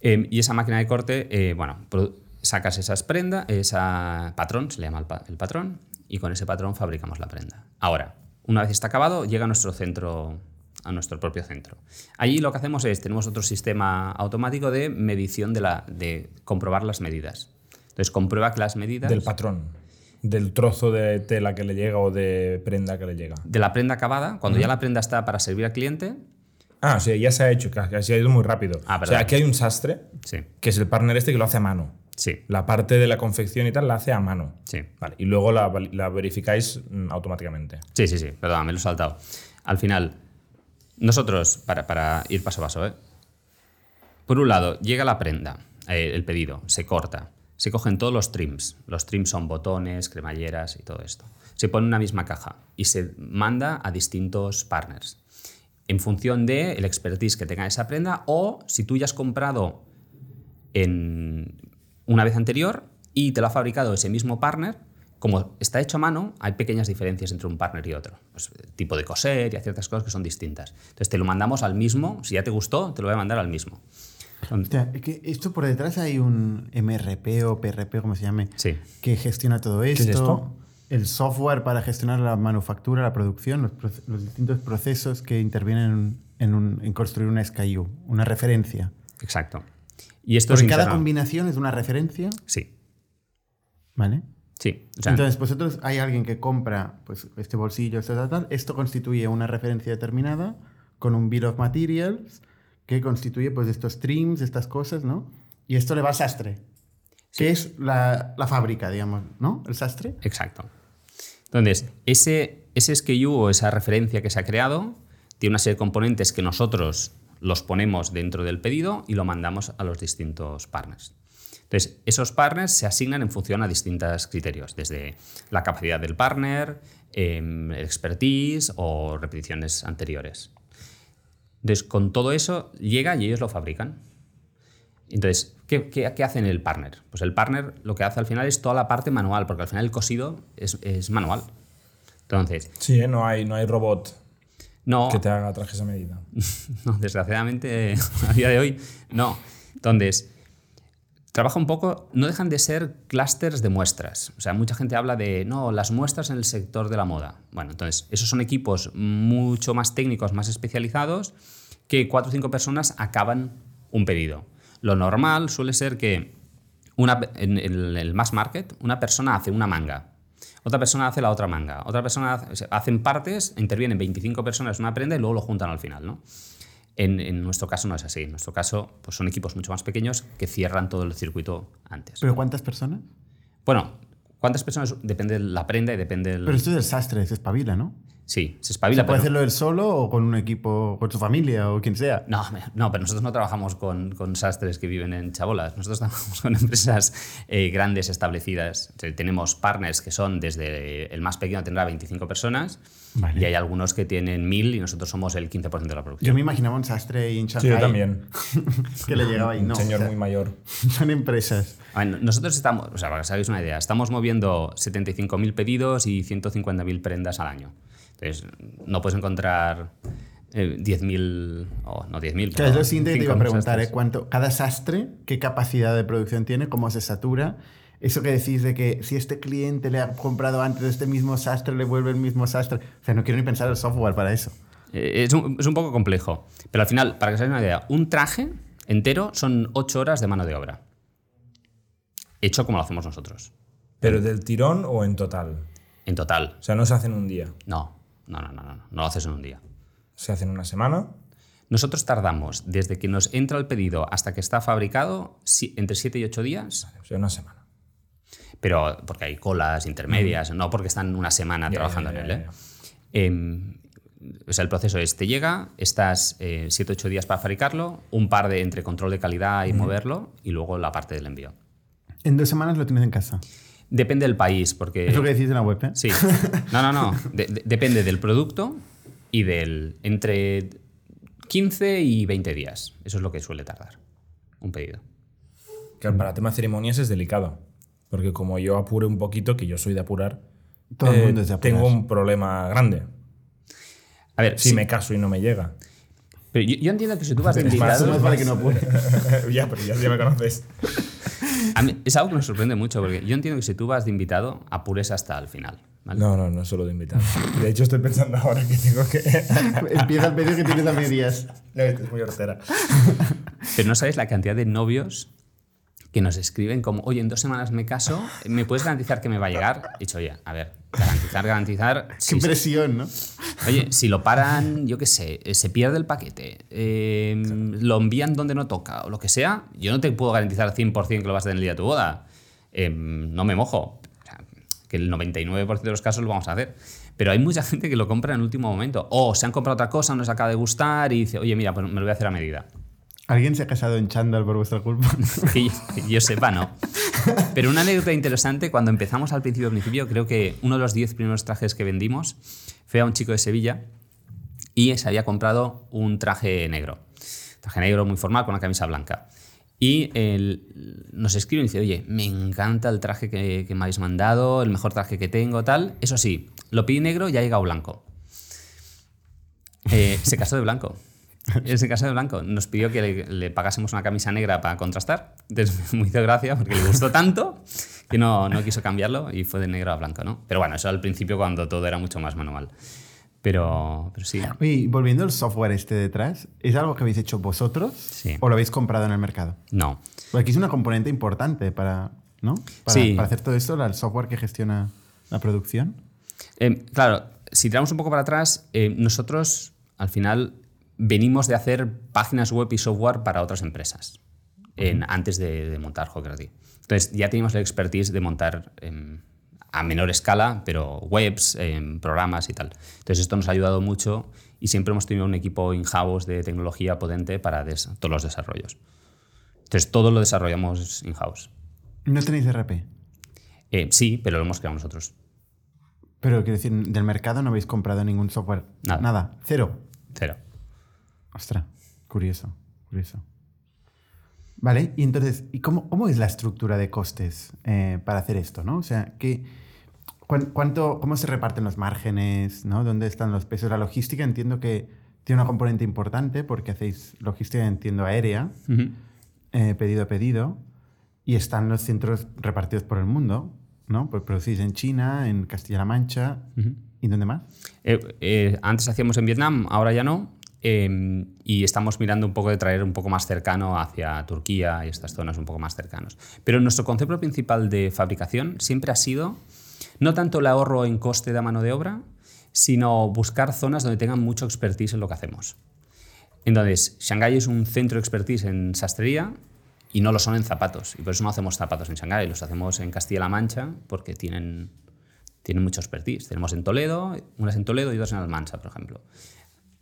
E: Eh, y esa máquina de corte, eh, bueno, produ- sacas esas prendas, esa patrón, se le llama el, pa- el patrón, y con ese patrón fabricamos la prenda. Ahora, una vez está acabado, llega a nuestro centro, a nuestro propio centro. Allí lo que hacemos es, tenemos otro sistema automático de medición de la, de comprobar las medidas. Entonces comprueba que las medidas
D: Del patrón. Del trozo de tela que le llega o de prenda que le llega.
E: de la prenda acabada, cuando ya la prenda está para servir al cliente,
D: Ah, o sea, ya se ha hecho, que que se ha ido muy rápido.
E: Ah,
D: o
E: perdón.
D: sea, aquí hay un sastre,
E: sí,
D: que es el partner este que lo hace a mano.
E: sí,
D: La parte de la confección y tal la hace a mano.
E: Sí.
D: Vale, y luego la, val- la verificáis mm, automáticamente.
E: Sí, sí, sí, perdón, me lo he saltado. Al final, nosotros, para, para ir paso a paso, ¿eh? por un lado, llega la prenda, eh, el pedido, se corta, se cogen todos los trims. Los trims son botones, cremalleras y todo esto. Se pone en una misma caja y se manda a distintos partners en función del el expertise que tenga esa prenda o si tú ya has comprado en una vez anterior y te lo ha fabricado ese mismo partner, como está hecho a mano, hay pequeñas diferencias entre un partner y otro. Pues, el tipo de coser y hay ciertas cosas que son distintas. Entonces te lo mandamos al mismo. Si ya te gustó, te lo voy a mandar al mismo.
A: O sea, es que esto por detrás hay un MRP o PRP, como se llame,
E: Sí.
A: que gestiona todo esto.
D: es esto?
A: El software para gestionar la manufactura, la producción, los, proce- los distintos procesos que intervienen en, un- en construir una SKU, una referencia.
E: Exacto. Y esto
A: Porque
E: es
A: cada
E: interno.
A: combinación es una referencia,
E: Sí,
A: ¿vale?
E: sí. O sea,
A: Entonces, vosotros hay alguien que compra pues, este bolsillo, tal, tal, tal. Esto constituye una referencia determinada con un bill of materials que constituye pues estos trims, estas cosas, ¿no? Y esto le va al sastre, que es la, la fábrica, digamos, ¿no? El sastre.
E: Exacto. Entonces, ese, ese SKU o esa referencia que se ha creado tiene una serie de componentes que nosotros los ponemos dentro del pedido y lo mandamos a los distintos partners. Entonces, esos partners se asignan en función a distintos criterios, desde la capacidad del partner, em, expertise o repeticiones anteriores. Entonces, con todo eso llega y ellos lo fabrican. Entonces, ¿qué, qué, qué hacen el partner? Pues el partner lo que hace al final es toda la parte manual, porque al final el cosido es, es manual. Entonces,
D: Sí, ¿eh? no, hay, no hay robot
E: no,
D: que te haga trajes a medida.
E: no, desgraciadamente a día de hoy, no. Entonces, trabaja un poco, no dejan de ser clústeres de muestras. O sea, mucha gente habla de, no, las muestras en el sector de la moda. Bueno, entonces, esos son equipos mucho más técnicos, más especializados, que cuatro o cinco personas acaban un pedido. Lo normal suele ser que una, pe- en el, el mass market una persona hace una manga, otra persona hace la otra manga, otra persona hace- o sea, hacen partes, intervienen 25 personas en una prenda y luego lo juntan al final, ¿no? En, en nuestro caso no es así. En nuestro caso pues son equipos mucho más pequeños que cierran todo el circuito antes.
A: ¿Pero cuántas personas?
E: bueno, ¿cuántas personas? Depende de la prenda y depende del...
A: Pero esto es el sastre, se espabila, ¿no?
E: sí, se
A: O sea,
E: espabila.
A: puede
E: pero-
A: hacerlo él solo o con un equipo, con su familia o quien sea.
E: No, no, pero nosotros no trabajamos con, con sastres que viven en chabolas. Nosotros trabajamos con empresas eh, grandes establecidas. O sea, tenemos partners que son desde el más pequeño tendrá 25 personas
A: Vale.
E: y hay algunos que tienen 1000 y nosotros somos el 15% de la
A: Yo
E: producción.
A: me imaginaba un sastre ahí en
D: Sí,
A: Shanghai
D: yo también.
A: que le llegaba ahí.
D: Un
A: No, o
D: señor
A: sea,
D: muy mayor.
A: son empresas.
E: A ver, nosotros estamos, o sea, para que os hagáis una idea, estamos moviendo 75.000 pedidos y 150.000 prendas al año. Entonces, no puedes encontrar eh, 10.000, o no 10.000.
A: Claro, es
E: pero
A: lo siguiente que te
E: cinco
A: iba a preguntar,
E: sastres.
A: ¿eh? ¿Cuánto, cada sastre, qué capacidad de producción tiene, cómo se satura. Eso que decís de que si este cliente le ha comprado antes de este mismo sastre, le vuelve el mismo sastre. O sea, no quiero ni pensar el software para eso.
E: Eh, Es un, es un poco complejo. Pero al final, para que os hagáis una idea, un traje entero son 8 horas de mano de obra. Hecho como lo hacemos nosotros.
D: ¿Pero del tirón o en total?
E: En total.
D: O sea, no se hacen un día,
E: No, no, no, no, no. No, no lo haces en un día.
D: se hacen una semana.
E: Nosotros tardamos desde que nos entra el pedido hasta que está fabricado si- entre 7 y 8 días,
D: O sea, una semana.
E: pero porque hay colas intermedias, no porque están una semana
D: Ya,
E: trabajando
D: ya,
E: en
D: ya,
E: él. ¿eh?
D: ya.
E: Em, o sea, el proceso es, te llega, estás 7-8 días para fabricarlo, un par de entre control de calidad y moverlo, y luego la parte del envío.
A: En dos semanas lo tienes en casa.
E: Depende del país, porque...
A: Es lo que decís en la web, ¿eh?
E: Sí. No, no, no. De- de- depende del producto y del... Entre 15 y 20 días. Eso es lo que suele tardar un pedido.
A: Mm.
D: Claro, para tema ceremonias es delicado. Porque como yo apure un poquito, que yo soy de apurar,
A: Todo el
D: eh,
A: mundo es de apurar.
D: tengo un problema grande.
E: A ver,
D: Si
E: sí,
D: me caso y no me llega.
E: pero yo, yo entiendo que si tú vas de
A: Es más,
E: invitado...
A: más vale que no apure.
D: ya, pero ya, ya me conoces.
E: A mí es algo que me sorprende mucho, porque yo entiendo que si tú vas de invitado, apures hasta el final. ¿vale?
D: No, no, no solo de invitado. De hecho, estoy pensando ahora que tengo que.
A: Empieza el pedido que tienes a medias.
D: no, esto es muy hortera.
E: Pero no sabéis la cantidad de novios que nos escriben como, oye, en dos semanas me caso, ¿me puedes garantizar que me va a llegar? He dicho, oye, a ver, garantizar, garantizar.
A: Qué
E: sí, sí.
A: presión, ¿no?
E: Oye, si lo paran, yo qué sé, eh, se pierde el paquete, eh, lo envían donde no toca o lo que sea, yo no te puedo garantizar 100% que lo vas a tener el día de tu boda. Em, no me mojo. O sea, que el 99% de los casos lo vamos a hacer. Pero hay mucha gente que lo compra en el último momento. O se han comprado otra cosa, no les acaba de gustar y dice, oye, mira, pues me lo voy a hacer a medida.
A: ¿Alguien se ha casado en chándal por vuestra culpa?
E: Que yo, que yo sepa, no. Pero una anécdota interesante, cuando empezamos al principio, al principio, creo que uno de los 10 primeros trajes que vendimos fue a un chico de Sevilla y se había comprado un traje negro. Traje negro muy formal con una camisa blanca. Y el- nos escriben y dice, oye, me encanta el traje que, que me habéis mandado, el mejor traje que tengo, tal. Eso sí, lo pedí negro y ha llegado blanco. Eh, se casó de blanco. Él se casó de blanco. Nos pidió que le, le pagásemos una camisa negra para contrastar. Entonces me hizo gracia porque le gustó tanto que no, no quiso cambiarlo y fue de negro a blanco, ¿no? Pero bueno, eso al principio cuando todo era mucho más manual. Pero, pero sí.
A: Oye, Y volviendo al software este detrás, ¿es algo que habéis hecho vosotros
E: Sí.
A: o lo habéis comprado en el mercado?
E: No.
A: Porque aquí es una componente importante para, ¿no? Para,
E: Sí.
A: para hacer todo esto, la- el software que gestiona la producción.
E: Eh, claro, si tiramos un poco para atrás, eh, nosotros al final venimos de hacer páginas web y software para otras empresas en- antes de, de montar Hockerty. Entonces ya teníamos la expertise de montar em, a menor escala, pero webs, em, programas y tal. Entonces esto nos ha ayudado mucho y siempre hemos tenido un equipo in-house de tecnología potente para des- todos los desarrollos. Entonces todo lo desarrollamos in-house.
A: No tenéis E RP,
E: Eh, sí, pero lo hemos creado nosotros.
A: pero quiero decir, del mercado no habéis comprado ningún software.
E: Nada.
A: cero.
E: Cero.
A: Ostras, curioso, curioso. Vale, y entonces, ¿y cómo, cómo es la estructura de costes eh, para hacer esto, no? O sea, ¿qué, cuán- cuánto, ¿cómo se reparten los márgenes, no? ¿Dónde están los pesos? La logística entiendo que tiene una componente importante porque hacéis logística, entiendo, aérea, eh, pedido a pedido, y están los centros repartidos por el mundo, ¿no? Pues producís en China, en Castilla-La Mancha, ¿y dónde más?
E: Eh, eh, antes hacíamos en Vietnam, ahora ya no. Eh, y estamos mirando un poco de traer un poco más cercano hacia Turquía y estas zonas un poco más cercanos. Pero nuestro concepto principal de fabricación siempre ha sido no tanto el ahorro en coste de mano de obra, sino buscar zonas donde tengan mucho expertise en lo que hacemos. Entonces, Shanghái es un centro de expertise en sastrería y no lo son en zapatos. Y por eso no hacemos zapatos en Shanghái, los hacemos en Castilla-La Mancha porque tienen, tienen mucho expertise. Tenemos en Toledo, unas en Toledo y dos en Almansa, por ejemplo.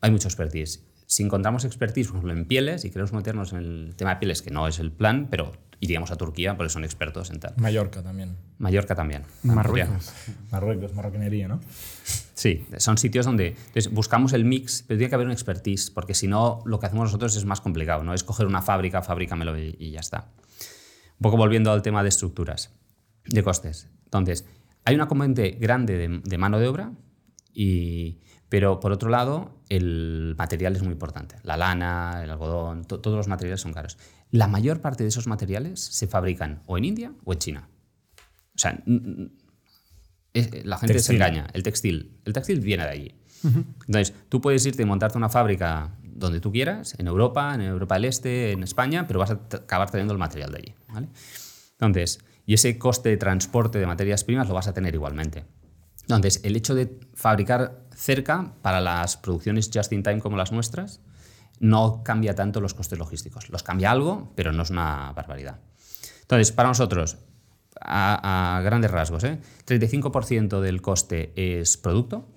E: Hay mucho expertise. Si encontramos expertise, por ejemplo, en pieles, y queremos meternos en el tema de pieles, que no es el plan, pero iríamos a Turquía porque son expertos en tal.
D: Mallorca también.
E: Mallorca también.
A: Marruecos.
D: Marruecos, marroquinería, ¿no?
E: Sí, son sitios donde entonces, buscamos el mix, pero tiene que haber un expertise, porque si no, lo que hacemos nosotros es más complicado, ¿no? Es coger una fábrica, fabrícamelo y, y ya está. Un poco volviendo al tema de estructuras, de costes. Entonces, hay una componente grande de, de mano de obra, y, pero por otro lado, el material es muy importante. La lana, el algodón, to- todos los materiales son caros. La mayor parte de esos materiales se fabrican o en India o en China. O sea, n- n- es- eh, la gente
D: Textil.
E: se engaña. El textil. El textil viene de allí. Entonces, tú puedes irte y montarte una fábrica donde tú quieras, en Europa, en Europa del Este, en España, pero vas a t- acabar teniendo el material de allí. ¿vale? Entonces, y ese coste de transporte de materias primas lo vas a tener igualmente. Entonces, el hecho de fabricar cerca para las producciones just in time como las nuestras no cambia tanto los costes logísticos. Los cambia algo, pero no es una barbaridad. Entonces, para nosotros, a, a grandes rasgos, ¿eh? 35% del coste es producto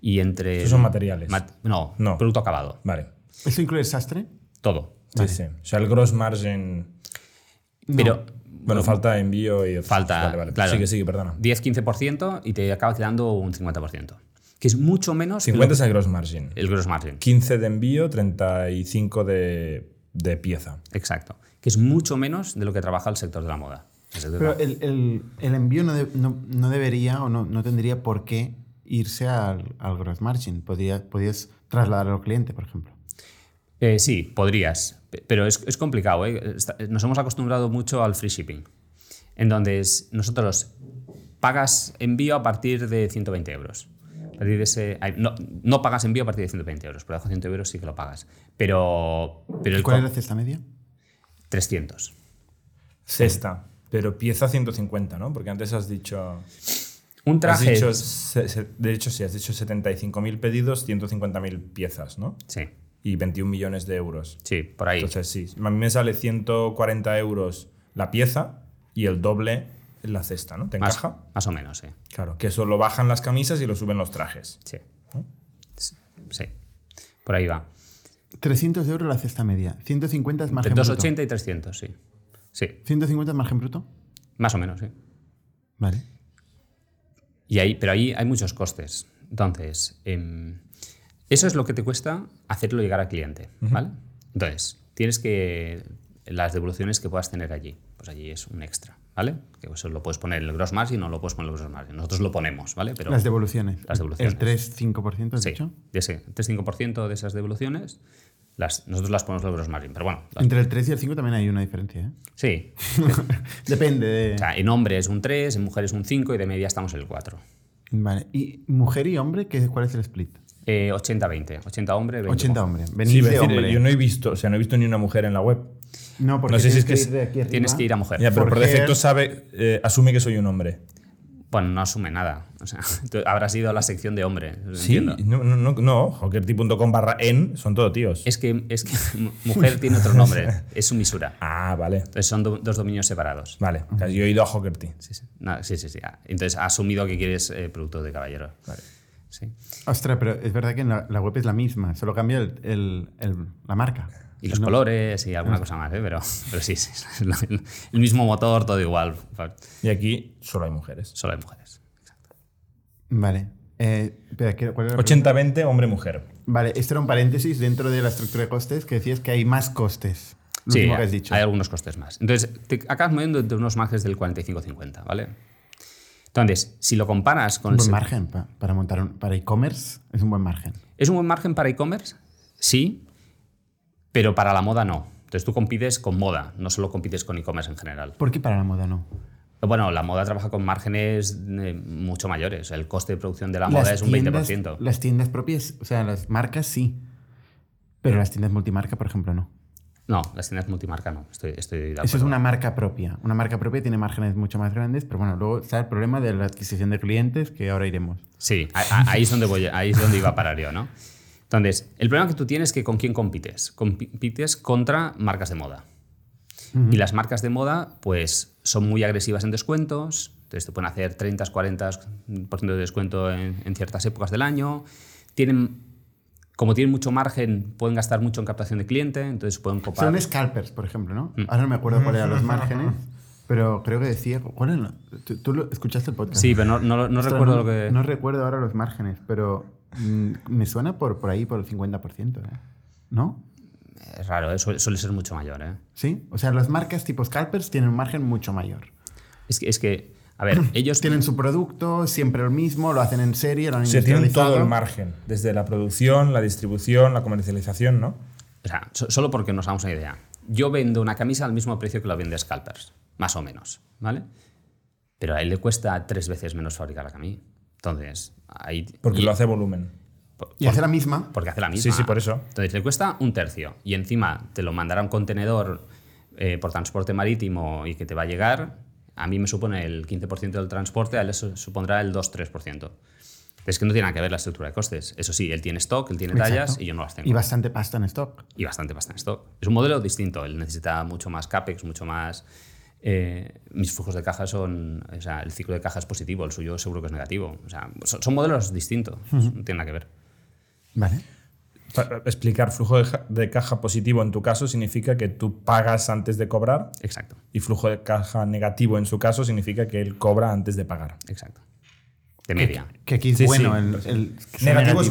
E: y entre...
D: Esos son materiales.
E: no,
D: No.
E: producto acabado.
D: Vale.
A: ¿Eso incluye sastre?
E: Todo.
D: Sí, sí. O sea, el gross margin.
E: Pero
D: Bueno, falta envío y. otras
E: Falta,
D: cosas. Vale, vale.
E: claro.
D: Sigue, sigue, perdona.
E: 10-15% y te acaba quedando un 50%, que es mucho menos que
D: 50 es el gross margin.
E: el gross margin.
D: 15 de envío, 35 de, de pieza.
E: Exacto. Que es mucho menos de lo que trabaja el sector de la moda. El sector de la-
A: Pero el, el- el envío no, de- no- no debería o no, no tendría por qué irse al, al gross margin. Podría, podías trasladarlo al cliente, por ejemplo.
E: Eh, sí, podrías, pe- pero es, es complicado. ¿eh? Está- Nos hemos acostumbrado mucho al free shipping. Entonces, nosotros pagas envío a partir de 120 euros. A partir de ese- ay, no, no pagas envío a partir de 120 euros, por debajo de 100 euros sí que lo pagas. Pero, pero el
A: ¿Cuál
E: co-
A: es la cesta media?
E: 300.
D: Sexta. Pero pieza 150, ¿no? Porque antes has dicho.
E: Un
D: has
E: traje.
D: dicho se- se- de hecho, sí, has dicho 75.000 pedidos, 150.000 piezas, ¿no?
E: Sí,
D: Y 21 millones de euros.
E: sí, por ahí.
D: Entonces, sí. A mí me sale 140 euros la pieza y el doble en la cesta, ¿no? ¿Te
E: más,
D: encaja?
E: más o menos, sí.
D: Claro, que eso lo bajan las camisas y lo suben los trajes.
E: Sí. Sí, sí. Por ahí va.
A: 300 euros la cesta media. 150 es
E: Entre
A: margen bruto.
E: 280 y 300, sí. Sí,
A: 150 es margen bruto.
E: más o menos, sí.
A: Vale.
E: Y ahí, pero ahí hay muchos costes. Entonces, em, eso es lo que te cuesta hacerlo llegar al cliente, ¿vale? Entonces, tienes que las devoluciones que puedas tener allí. Pues allí es un extra, ¿vale? Que eso lo puedes poner en el gross margin o lo puedes poner en el gross margin. Nosotros lo ponemos, ¿vale? Pero
A: las devoluciones.
E: Las devoluciones.
A: El 3-5%, has
E: sí,
A: dicho.
E: ya sé, 3-5% de esas devoluciones, las, nosotros las ponemos en el gross margin. Pero bueno, las-
A: Entre el 3 y el 5 también hay una diferencia.
D: Mm.
A: ¿eh?
E: sí.
A: Depende de.
E: O sea, en hombres un 3, en mujeres un 5 y de media estamos en el 4.
A: Vale. ¿Y mujer y hombre? qué- ¿Cuál es el split?
E: Eh, 80-20. 80 hombre, 20
A: 80
E: mujer.
A: hombre. Venís
D: Sí, iba a
A: de
D: decir,
A: hombre.
D: yo no he visto, o sea, no he visto ni una mujer en la web.
A: No, porque
D: No sé
A: tienes
D: si es que es-
A: ir de aquí arriba.
E: Tienes que ir a mujer.
D: Ya, pero por,
A: Por
D: defecto
A: ser-
D: sabe, eh, asume que soy un hombre.
E: Bueno, no asume nada. O sea, tú habrás ido a la sección de hombre.
D: Sí,
E: Pues Entiendo.
D: no, no, no, no, hockeyti.com barra en son todo tíos.
E: Es que, es que mujer tiene otro nombre, es sumisura.
D: Ah, vale.
E: Entonces son do- dos dominios separados.
D: Vale, o sea, yo he ido a Hockerty.
E: Sí, sí. No, sí, sí, sí. Ah, Entonces ha asumido que quieres eh, producto de caballero.
D: Vale.
E: Sí.
A: Ostras, pero es verdad que en la, la web es la misma, solo cambia el- el- el- la marca.
E: Y los colores y
A: Ah.
E: alguna cosa más, ¿eh? pero, pero sí, sí, es la- el mismo motor, todo igual.
D: Y aquí solo hay mujeres.
E: Solo hay mujeres.
A: Vale. Eh, espera, ¿qué- ¿cuál era la
D: 80-20, hombre-mujer.
A: pregunta? Vale, esto era un paréntesis dentro de la estructura de costes que decías que hay más costes. Lo
E: sí,
A: último que has dicho.
E: hay algunos costes más. Entonces, te acabas moviendo de unos márgenes del 45-50, ¿vale? Entonces, si lo comparas con
A: Un
E: el
A: buen
E: se-
A: margen pa- para montar un- para e-commerce es un buen margen.
E: ¿Es un buen margen para e-commerce? Sí, pero para la moda no. Entonces tú compites con moda, no solo compites con e-commerce en general.
A: ¿Por qué para la moda no?
E: Bueno, la moda trabaja con márgenes eh, mucho mayores. El coste de producción de la moda es un 20%.
A: Las tiendas propias, o sea, las marcas sí, pero las tiendas multimarca, por ejemplo, no.
E: No, las tiendas multimarca no. Estoy, estoy de
A: Eso es
E: acuerdo.
A: una marca propia. Una marca propia tiene márgenes mucho más grandes, pero bueno, luego está el problema de la adquisición de clientes que ahora iremos.
E: Sí, a- a- ahí es, donde voy, ahí es donde iba a parar yo, ¿no? Entonces, el problema que tú tienes es que con quién compites. Compites contra marcas de moda. Y las marcas de moda, pues, son muy agresivas en descuentos. Entonces, te pueden hacer 30, 40% de descuento en, en ciertas épocas del año. Tienen, como tienen mucho margen, pueden gastar mucho en captación de cliente. Entonces, pueden copar.
A: Son scalpers, por ejemplo, ¿no?
E: Mm.
A: Ahora no me acuerdo cuáles eran los márgenes, pero creo que decía. ¿cuál era? ¿Tú, tú lo- escuchaste el podcast?
E: Sí, pero no, no- no
A: Ostras,
E: recuerdo
A: no,
E: lo que.
A: no recuerdo ahora los márgenes, pero mm, me suena por, por ahí, por el 50%. ¿eh? ¿No?
E: Es raro, eh, suele, suele ser mucho mayor, ¿eh?
A: ¿Sí? O sea, las marcas tipo scalpers tienen un margen mucho mayor.
E: Es que, es que a ver, ellos.
A: Tienen su producto, siempre el mismo, lo hacen en serie, lo han
D: Se tienen
A: industrializado.
D: todo el margen, desde la producción, la distribución, la comercialización, ¿no?
E: O sea, so- solo porque nos damos una idea. Yo vendo una camisa al mismo precio que la vende Scalpers, más o menos, ¿vale? Pero a él le cuesta tres veces menos fabricarla que a mí. Entonces, ahí...
D: Porque
E: y-
D: lo hace volumen.
E: por-
A: Y hace la misma.
E: porque hace la misma.
D: Sí, sí, por eso.
E: Entonces le cuesta un tercio y encima te lo mandará un contenedor eh, por transporte marítimo y que te va a llegar. A mí me supone el 15% del transporte, a él eso supondrá el 2-3%. Es que no tiene nada que ver la estructura de costes. Eso sí, él tiene stock, él tiene tallas
A: Exacto.
E: y yo no las tengo
A: Y bastante pasta en stock.
E: y bastante pasta en stock. Es un modelo distinto, él necesita mucho más CAPEX, mucho más... eh, mis flujos de caja son... O sea, el ciclo de caja es positivo, el suyo seguro que es negativo. O sea, son, son modelos distintos, no tiene nada que ver.
A: Vale.
D: Para explicar flujo de, ja- de caja positivo en tu caso significa que tú pagas antes de cobrar
E: Exacto,
D: y flujo de caja negativo en su caso significa que él cobra antes de pagar.
E: exacto. De media.
A: Que aquí es
D: Sí, sí.
A: bueno el, el- que sea
D: Negativo es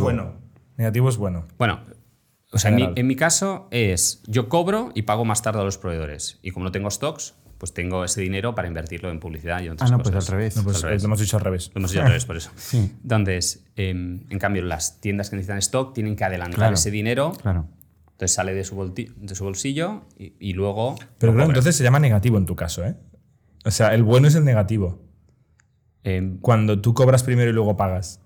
D: bueno.
E: Bueno, o sea, en mi,
D: General.
E: en mi caso es yo cobro y pago más tarde a los proveedores. Y como no tengo stocks, pues tengo ese dinero para invertirlo en publicidad y
A: Ah,
E: en otras
A: no,
E: cosas.
A: pues al revés.
D: No, pues,
E: Al revés.
D: Lo hemos dicho al revés.
E: Lo hemos hecho al revés, por eso.
A: Sí.
E: Entonces, eh, en cambio, las tiendas que necesitan stock tienen que adelantar
A: Claro.
E: ese dinero.
A: Claro.
E: Entonces sale de su, bolti- de su bolsillo y, y luego.
D: Pero
E: lo
D: claro,
E: cobra.
D: entonces se llama negativo en tu caso, ¿eh? O sea, el bueno es el negativo.
E: Eh,
D: Cuando tú cobras primero y luego pagas.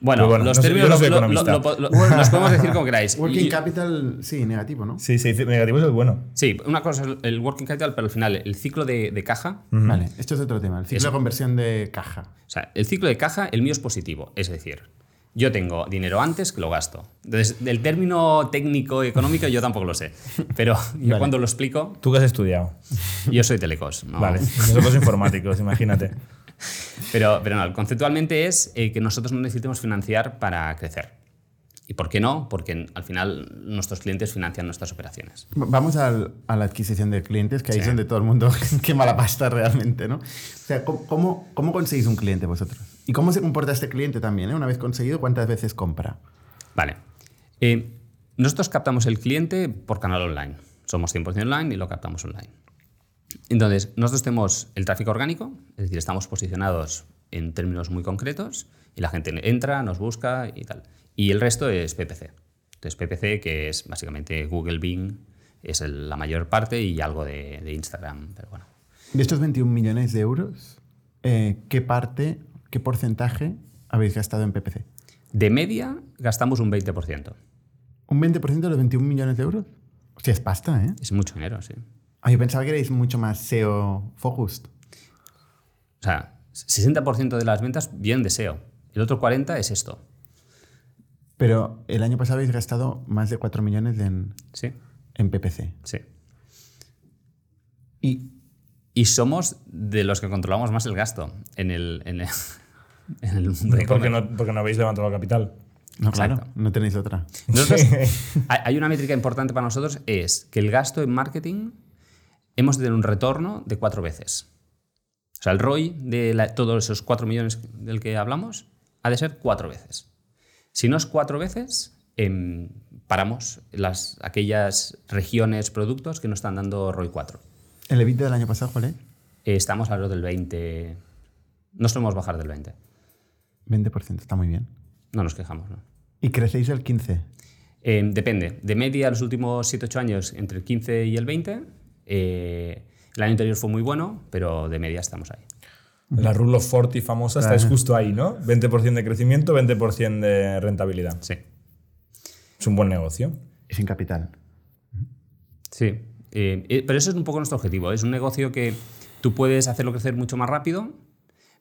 E: bueno,
D: Pero bueno,
E: los
D: no sé, yo
E: términos
D: no soy
E: lo- lo-
D: economista.
E: lo- lo- lo- los podemos decir como queráis.
A: Working
E: Y-
A: capital, sí, negativo, ¿no?
D: Sí, se dice negativo es el bueno.
E: Sí, una cosa es el working capital, pero al final el ciclo de, de caja.
A: Vale, esto es otro tema. El ciclo
E: Eso.
A: de conversión de caja.
E: O sea, el ciclo de caja, el mío es positivo. Es decir, yo tengo dinero antes que lo gasto. Entonces, del término técnico económico yo tampoco lo sé. Pero yo cuando lo explico,
D: Tú que has estudiado.
E: yo soy telecos. ¿no?
D: Vale. Nosotros informáticos, imagínate.
E: Pero, pero no, conceptualmente es eh, que nosotros no necesitemos financiar para crecer. ¿Y por qué no? Porque en- al final nuestros clientes financian nuestras operaciones.
A: Va- Vamos al- a la adquisición de clientes, que ahí es donde todo el mundo quema la pasta realmente, ¿no? O sea, ¿cómo- ¿cómo, cómo conseguís un cliente vosotros? ¿Y cómo se comporta este cliente también? eh? Una vez conseguido, ¿cuántas veces compra?
E: Vale. Eh, nosotros captamos el cliente por canal online. Somos 100% online y lo captamos online. Entonces, nosotros tenemos el tráfico orgánico, es decir, estamos posicionados en términos muy concretos y la gente entra, nos busca y tal. Y el resto es PPC. Entonces, PPC, que es básicamente Google Bing, es el- la mayor parte y algo de, de Instagram, pero bueno.
A: De estos 21 millones de euros, eh, ¿qué parte, qué porcentaje habéis gastado en PPC?
E: De media, gastamos un 20%.
A: ¿Un 20% de los 21 millones de euros? Hostia, es pasta, ¿eh?
E: Es mucho dinero, sí.
A: Ah, yo pensaba que erais mucho más SEO focused.
E: O sea, 60% de las ventas bien de SEO. El otro 40% es esto.
A: Pero el año pasado habéis gastado más de 4 millones en,
E: Sí,
A: en PPC.
E: sí.
A: Y
E: Y somos de los que controlamos más el gasto en el, en el, en el mundo de
D: Porque
E: comer.
D: no, porque no habéis levantado el capital.
A: no,
E: Exacto.
A: claro, no tenéis otra.
E: Nosotros- hay hay una métrica importante para nosotros, es que el gasto en marketing hemos de tener un retorno de cuatro veces. O sea, el ROI de la- todos esos cuatro millones del que hablamos ha de ser cuatro veces. Si no es cuatro veces, em, paramos las, aquellas regiones, productos que no están dando ROI 4.
A: ¿El EBITDA del año pasado cuál es?
E: Eh, estamos a lo del 20. No solemos bajar del 20.
A: 20%, está muy bien.
E: No nos quejamos, ¿no?
A: Y crecéis el 15%.
E: Eh, depende. De media, los últimos 7-8 años, entre el 15 y el 20. Eh, el año anterior fue muy bueno, pero de media estamos ahí.
D: La Rule of 40 famosa estáis justo ahí, ¿no? 20% de crecimiento, 20% de rentabilidad.
E: Sí.
D: Es un buen negocio.
A: Y sin capital.
E: Sí. Eh, eh, pero eso es un poco nuestro objetivo. Es un negocio que tú puedes hacerlo crecer mucho más rápido,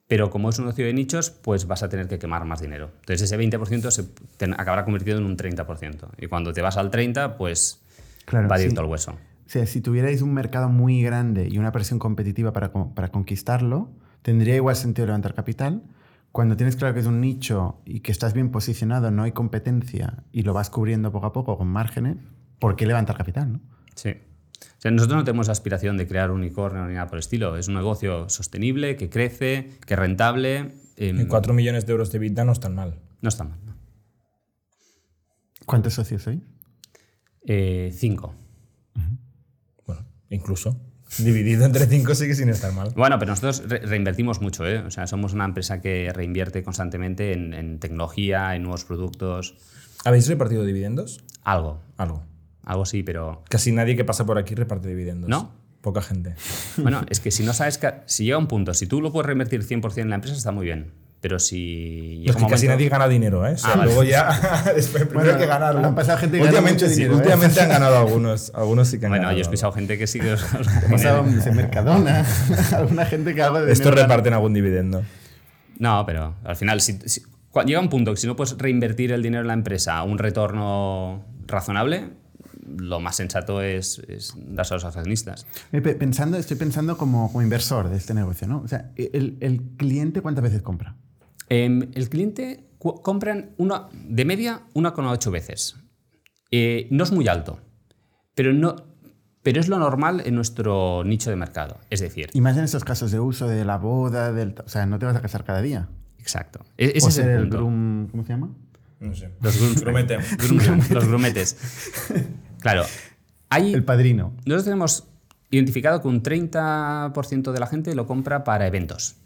E: pero como es un negocio de nichos, pues vas a tener que quemar más dinero. Entonces ese 20% se te acabará convertido en un 30%. Y cuando te vas al 30%, pues
A: Claro,
E: va
A: sí.
E: directo al hueso.
A: O sea, si tuvierais un mercado muy grande y una presión competitiva para, co- para conquistarlo, tendría igual sentido levantar capital. Cuando tienes claro que es un nicho y que estás bien posicionado, no hay competencia y lo vas cubriendo poco a poco con márgenes, ¿por qué levantar capital? no?
E: Sí. O sea, nosotros no tenemos aspiración de crear unicornio ni nada por el estilo. Es un negocio sostenible, que crece, que es rentable. em,
D: Y 4 millones de euros de EBITDA no es tan mal.
E: No está mal. ¿no?
A: ¿Cuántos socios sois?
E: Eh, cinco.
D: Bueno, incluso. Dividido entre 5 sigue sin estar mal.
E: Bueno, pero nosotros re- reinvertimos mucho, ¿eh? O sea, somos una empresa que reinvierte constantemente en, en tecnología, en nuevos productos.
D: ¿Habéis repartido dividendos?
E: Algo.
D: Algo.
E: Algo sí, pero.
D: Casi nadie que pasa por aquí reparte dividendos.
E: ¿No?
D: Poca gente.
E: Bueno, es que si no sabes. que- Si llega un punto, si tú lo puedes reinvertir 100% en la empresa, está muy bien. Pero si. llega
D: Es que
E: un
D: casi
E: momento-
D: nadie gana dinero, ¿eh? O sea,
E: Ah, vale.
D: Luego ya, después primero
A: Bueno,
D: hay que ganarlo.
A: han pasado gente que gana
D: últimamente
A: mucho
D: sí,
A: dinero, ¿eh?
D: últimamente han ganado algunos. Algunos sí que han
E: Bueno,
D: ganado.
E: yo he escuchado gente que sí que.
A: Pasado en Mercadona, alguna gente que haga de
D: Estos
A: dinero.
D: reparten algún dividendo.
E: No, pero al final, si, si- cua- llega un punto que si no puedes reinvertir el dinero en la empresa a un retorno razonable, lo más sensato es, es darse a los accionistas.
A: Eh, pe- Pensando, estoy pensando como, como inversor de este negocio, ¿no? O sea, el, el cliente cuántas veces compra.
E: Em, el cliente cu- compran una, de media 1,8 veces. Eh, no es muy alto, pero, no, pero es lo normal en nuestro nicho de mercado. Es decir,
A: Y más en estos casos de uso de la boda, del, o sea, no te vas a casar cada día.
E: exacto. E-
A: O
E: Ese es
A: ser
E: el
A: el
E: punto.
A: groom- ¿cómo se llama?
D: No sé.
E: Los grooms-
D: Grumete.
E: Groom- los grumetes. Claro. Hay,
A: El padrino.
E: Nosotros tenemos identificado que un 30% de la gente lo compra para eventos.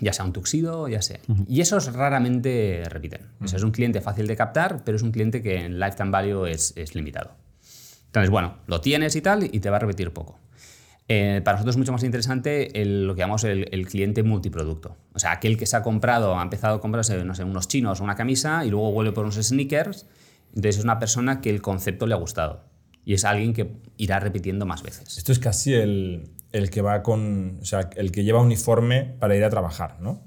E: Ya sea un tuxido, ya sea. Y esos raramente repiten. O sea, es un cliente fácil de captar, pero es un cliente que en lifetime value es, es limitado. Entonces, bueno, lo tienes y tal, y te va a repetir poco. Eh, para nosotros es mucho más interesante el- lo que llamamos el, el cliente multiproducto. O sea, aquel que se ha comprado, ha empezado a comprarse, no sé, unos chinos o una camisa y luego vuelve por unos sneakers. Entonces es una persona que el concepto le ha gustado. Y es alguien que irá repitiendo más veces.
D: Esto es casi el, el que va con. O sea, el que lleva uniforme para ir a trabajar, ¿no?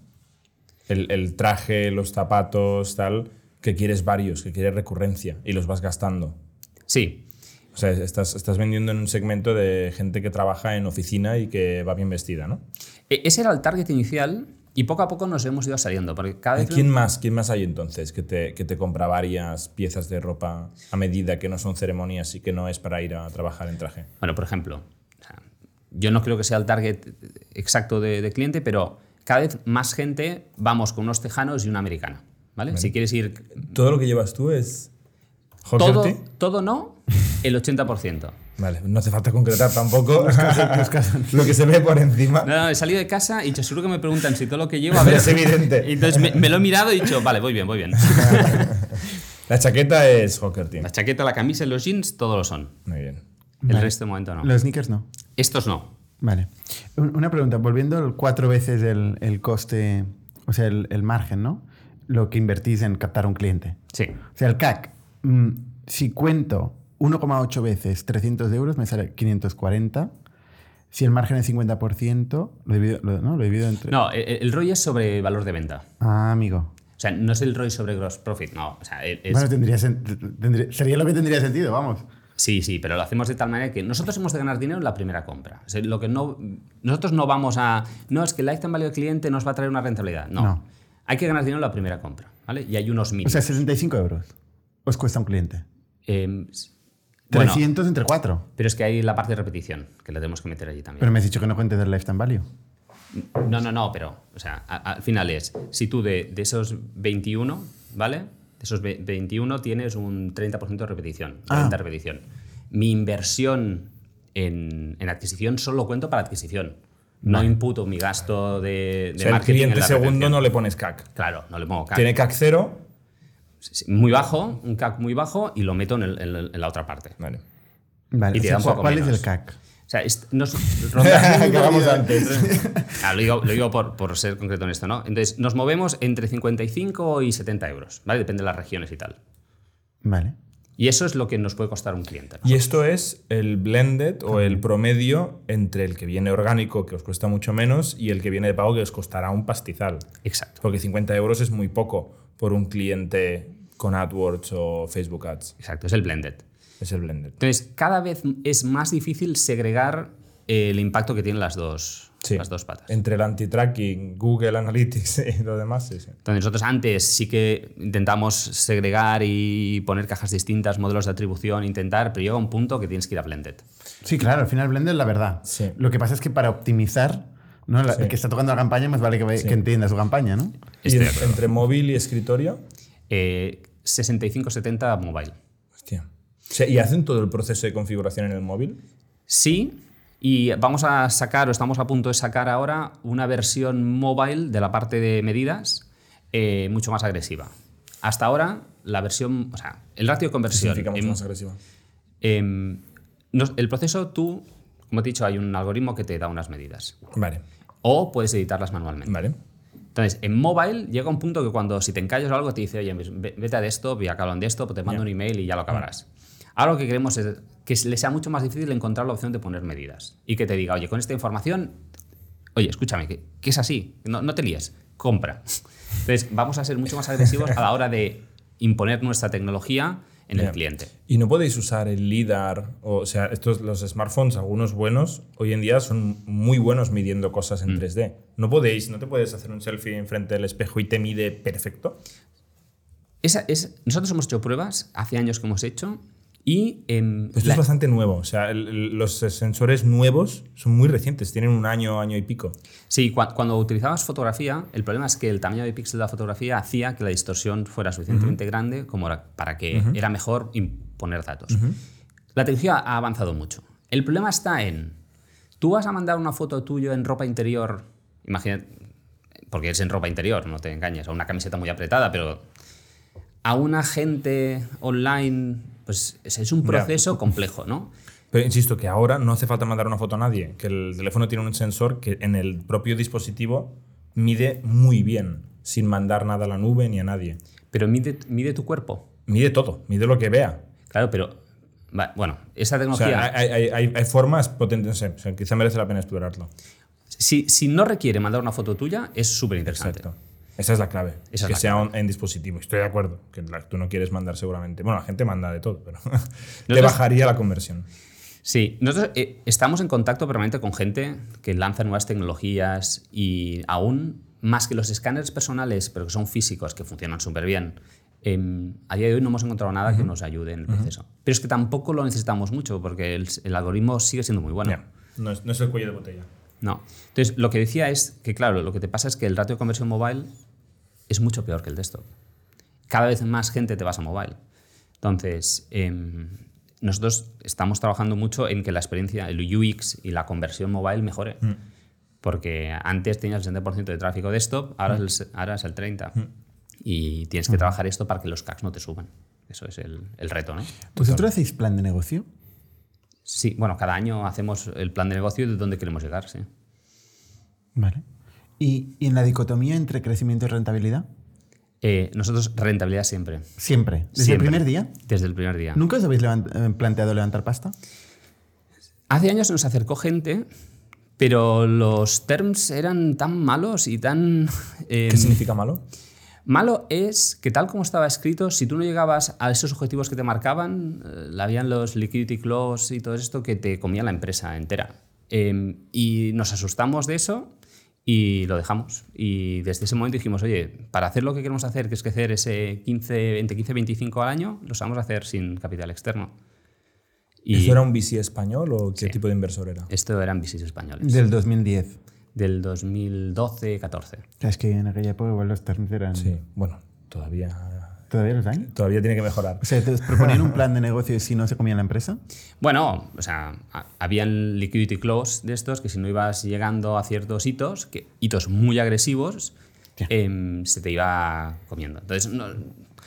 D: El, el traje, los zapatos, tal, que quieres varios, que quieres recurrencia y los vas gastando.
E: Sí,
D: O sea, estás, estás vendiendo en un segmento de gente que trabaja en oficina y que va bien vestida, ¿no?
E: E- Ese era el target inicial y poco a poco nos hemos ido saliendo. Porque cada
D: ¿Y
E: vez.
D: quién más, quién más hay entonces que te, que te compra varias piezas de ropa a medida que no son ceremonias y que no es para ir a trabajar en traje?
E: Bueno, por ejemplo, o sea, yo no creo que sea el target exacto de, de cliente, pero cada vez más gente vamos con unos tejanos y una americana. ¿Vale? Si quieres ir.
D: ¿Todo lo que llevas tú es
E: Todo,
D: Hawker Tea?
E: todo no, el 80%.
D: Vale, no hace falta concretar tampoco lo que se ve por encima.
E: No, no, he salido de casa y te seguro que me preguntan si todo lo que llevo. A
D: Pero
E: ver,
D: es evidente.
E: Y Entonces me, me lo he mirado y he dicho, vale, voy bien, voy bien.
D: La chaqueta es Hawker Team.
E: La chaqueta, la camisa y los jeans, todos lo son.
D: Muy bien.
E: El
A: Vale.
E: resto de momento no.
A: Los sneakers no.
E: Estos no.
A: Vale. Un- Una pregunta, volviendo al cuatro veces el, el coste, o sea, el, el margen, ¿no? Lo que invertís en captar un cliente.
E: Sí.
A: O sea, el CAC, mm, si cuento 1,8 veces 300 euros, me sale 540. Si el margen es 50%, lo divido, lo- ¿no? Lo divido entre...
E: No, el, el ROI es sobre valor de venta.
A: Ah, amigo.
E: O sea, no es el ROI sobre gross profit, no. O sea, es- es-
A: Bueno, tendría, sen- tendría- sería lo que tendría sentido, vamos.
E: Sí, sí, pero lo hacemos de tal manera que nosotros hemos de ganar dinero en la primera compra. O sea, lo que no, nosotros no vamos a. No, es que el lifetime value del cliente nos va a traer una rentabilidad. No.
A: No.
E: Hay que ganar dinero en la primera compra, ¿vale? Y hay unos
A: O
E: mínimos.
A: sea, 75 euros os cuesta un cliente.
E: Em, s- bueno,
A: 300 entre 4.
E: pero es que hay la parte de repetición, que la tenemos que meter allí también.
A: Pero me has dicho que no cuentes el lifetime value.
E: No, no, no, pero, o sea, a- al final es, si tú de, de esos 21, ¿vale? De esos ve- 21 tienes un 30% de repetición, de
A: Ah.
E: venta a repetición. Mi inversión en, en adquisición solo cuento para adquisición. No imputo mi gasto de, de
D: O sea, el
E: marketing en
D: cliente
E: la
D: segundo
E: retención.
D: no le pones CAC.
E: Claro, no le pongo CAC.
D: Tiene CAC cero.
E: Sí, Muy bajo, un CAC muy bajo y lo meto en, el- en el- en la otra parte.
D: Vale.
A: Vale.
E: Y
A: o
E: te
A: sea,
E: da un
A: ¿cuál-
E: poco
A: ¿Cuál es
E: menos.
A: el CAC?
E: O sea, es- nos,
D: que vamos antes.
E: Ah, lo digo, lo digo por, por ser concreto en esto, ¿no? Entonces, nos movemos entre 55 y 70 euros, ¿vale? Depende de las regiones y tal.
A: Vale.
E: Y eso es lo que nos puede costar un cliente. ¿no?
D: Y esto es el blended o el promedio entre el que viene orgánico, que os cuesta mucho menos, y el que viene de pago, que os costará un pastizal.
E: Exacto.
D: Porque 50 euros es muy poco por un cliente con AdWords o Facebook Ads.
E: Exacto, es el blended.
D: Es el blended.
E: Entonces, cada vez es más difícil segregar eh, el impacto que tienen las dos,
D: Sí.
E: las dos patas.
D: Entre el anti-tracking, Google Analytics y lo demás, sí, sí.
E: Entonces, nosotros antes sí que intentamos segregar y poner cajas distintas, modelos de atribución, intentar, pero llega un punto que tienes que ir a blended.
A: Sí, claro, al final Blender es la verdad.
D: Sí.
A: Lo que pasa es que para optimizar, ¿no? La-
D: Sí.
A: el que está tocando la campaña más vale que, vaya-
D: Sí.
A: que entienda su campaña, ¿no?
D: Y en- entre móvil y escritorio.
E: Eh, 65-70 mobile.
D: Hostia. O sea, ¿Y hacen todo el proceso de configuración en el móvil?
E: Sí, y vamos a sacar, o estamos a punto de sacar ahora, una versión mobile de la parte de medidas eh, mucho más agresiva. Hasta ahora, la versión, o sea, el ratio de conversión.
D: Significa mucho
E: en-
D: más agresiva.
E: em, nos- el proceso, tú, como te he dicho, hay un algoritmo que te da unas medidas.
D: Vale.
E: O puedes editarlas manualmente.
D: Vale.
E: Entonces, en mobile llega un punto que cuando si te encallas o algo te dice, oye, pues, ve- vete a desktop y acaban de esto, pues te mando un email y
D: Mm.
E: ya lo acabarás. Ahora lo que queremos es que le sea mucho más difícil encontrar la opción de poner medidas y que te diga, oye, con esta información, oye, escúchame, que, que es así, no, no te líes, compra. Entonces, vamos a ser mucho más agresivos a la hora de imponer nuestra tecnología en
D: Ya.
E: el cliente.
D: Y no podéis usar el LIDAR, o, o sea, estos los smartphones, algunos buenos, hoy en día son muy buenos midiendo cosas
E: Mm.
D: en 3D. No podéis, no te puedes hacer un selfie enfrente del espejo y te mide perfecto.
E: Esa es, nosotros hemos hecho pruebas, hace años que hemos hecho, y... em,
D: Esto
E: la-
D: es bastante nuevo, o sea, el- el- los sensores nuevos son muy recientes, tienen un año, año y pico.
E: Sí, cua- cuando utilizabas fotografía, el problema es que el tamaño de píxel de la fotografía hacía que la distorsión fuera suficientemente grande como era- para que era mejor imponer datos. La tecnología ha avanzado mucho. El problema está en, tú vas a mandar una foto tuya en ropa interior, imagina, porque es en ropa interior, no te engañes, a una camiseta muy apretada, pero a una gente online, pues es es un
D: Ya.
E: proceso complejo, ¿no?
D: Pero insisto que ahora no hace falta mandar una foto a nadie, que el teléfono tiene un sensor que en el propio dispositivo mide muy bien, sin mandar nada a la nube ni a nadie.
E: Pero mide, mide tu cuerpo.
D: Mide todo, mide lo que vea.
E: Claro, pero... va- Bueno, esa
D: O
E: tecnología...
D: sea, hay, hay- hay- hay formas potentes, no sé, o sea, quizá merece la pena explorarlo.
E: Si, si no requiere mandar una foto tuya, es súper interesante.
D: Exacto. Esa es la clave.
E: Esa es
D: que
E: la
D: sea un- en dispositivo. Estoy de acuerdo. Que la- tú no quieres mandar seguramente. Bueno, la gente manda de todo, pero te
E: Nosotros-
D: bajaría la conversión.
E: Sí, nosotros eh, estamos en contacto permanente con gente que lanza nuevas tecnologías y aún más que los escáneres personales, pero que son físicos, que funcionan súper bien. em, a día de hoy no hemos encontrado nada que nos ayude en el proceso. Pero es que tampoco lo necesitamos mucho porque el, el algoritmo sigue siendo muy bueno.
D: Ya. No, es, no es el cuello de botella.
E: No. Entonces, lo que decía es que, claro, lo que te pasa es que el ratio de conversión mobile es mucho peor que el desktop. Cada vez más gente te vas a mobile. Entonces, em, nosotros estamos trabajando mucho en que la experiencia, el UX y la conversión mobile mejore. Porque antes tenías el 60% de tráfico desktop, ahora, es, el, ahora es el 30%. Y tienes que trabajar esto para que los CACs no te suban. Eso es el, el reto, ¿no?
A: ¿Vosotros hacéis plan de negocio?
E: Sí, bueno, cada año hacemos el plan de negocio de dónde queremos llegar, sí.
A: Vale. ¿Y, y en la dicotomía entre crecimiento y rentabilidad?
E: Eh, nosotros rentabilidad siempre.
A: Siempre. ¿Desde
E: Siempre.
A: el primer día?
E: Desde el primer día.
A: ¿Nunca os habéis levant- eh, planteado levantar pasta?
E: Hace años se nos acercó gente, pero los terms eran tan malos y tan... eh,
D: ¿Qué significa malo?
E: Malo es que tal como estaba escrito, si tú no llegabas a esos objetivos que te marcaban, eh, habían los liquidity clause y todo esto que te comía la empresa entera. Eh, y nos asustamos de eso y lo dejamos. Y desde ese momento dijimos, oye, para hacer lo que queremos hacer, que es crecer ese 15, entre 15 y 25 al año, lo vamos a hacer sin capital externo. Y Eh,
D: ¿Eso era un VC español o qué tipo de inversor era?
E: esto eran VCs españoles.
A: Del 2010.
E: del 2012-14.
A: O sea, Es que en aquella época igual los terms eran...
D: Sí, bueno, todavía,
A: ¿Todavía los hay?
D: todavía tiene que mejorar.
A: O sea, ¿te os proponían un plan de negocio y si no se comía la empresa?
E: Bueno, o sea, ha- habían liquidity clause de estos que si no ibas llegando a ciertos hitos, que, hitos muy agresivos, em, se te iba comiendo. Entonces, no,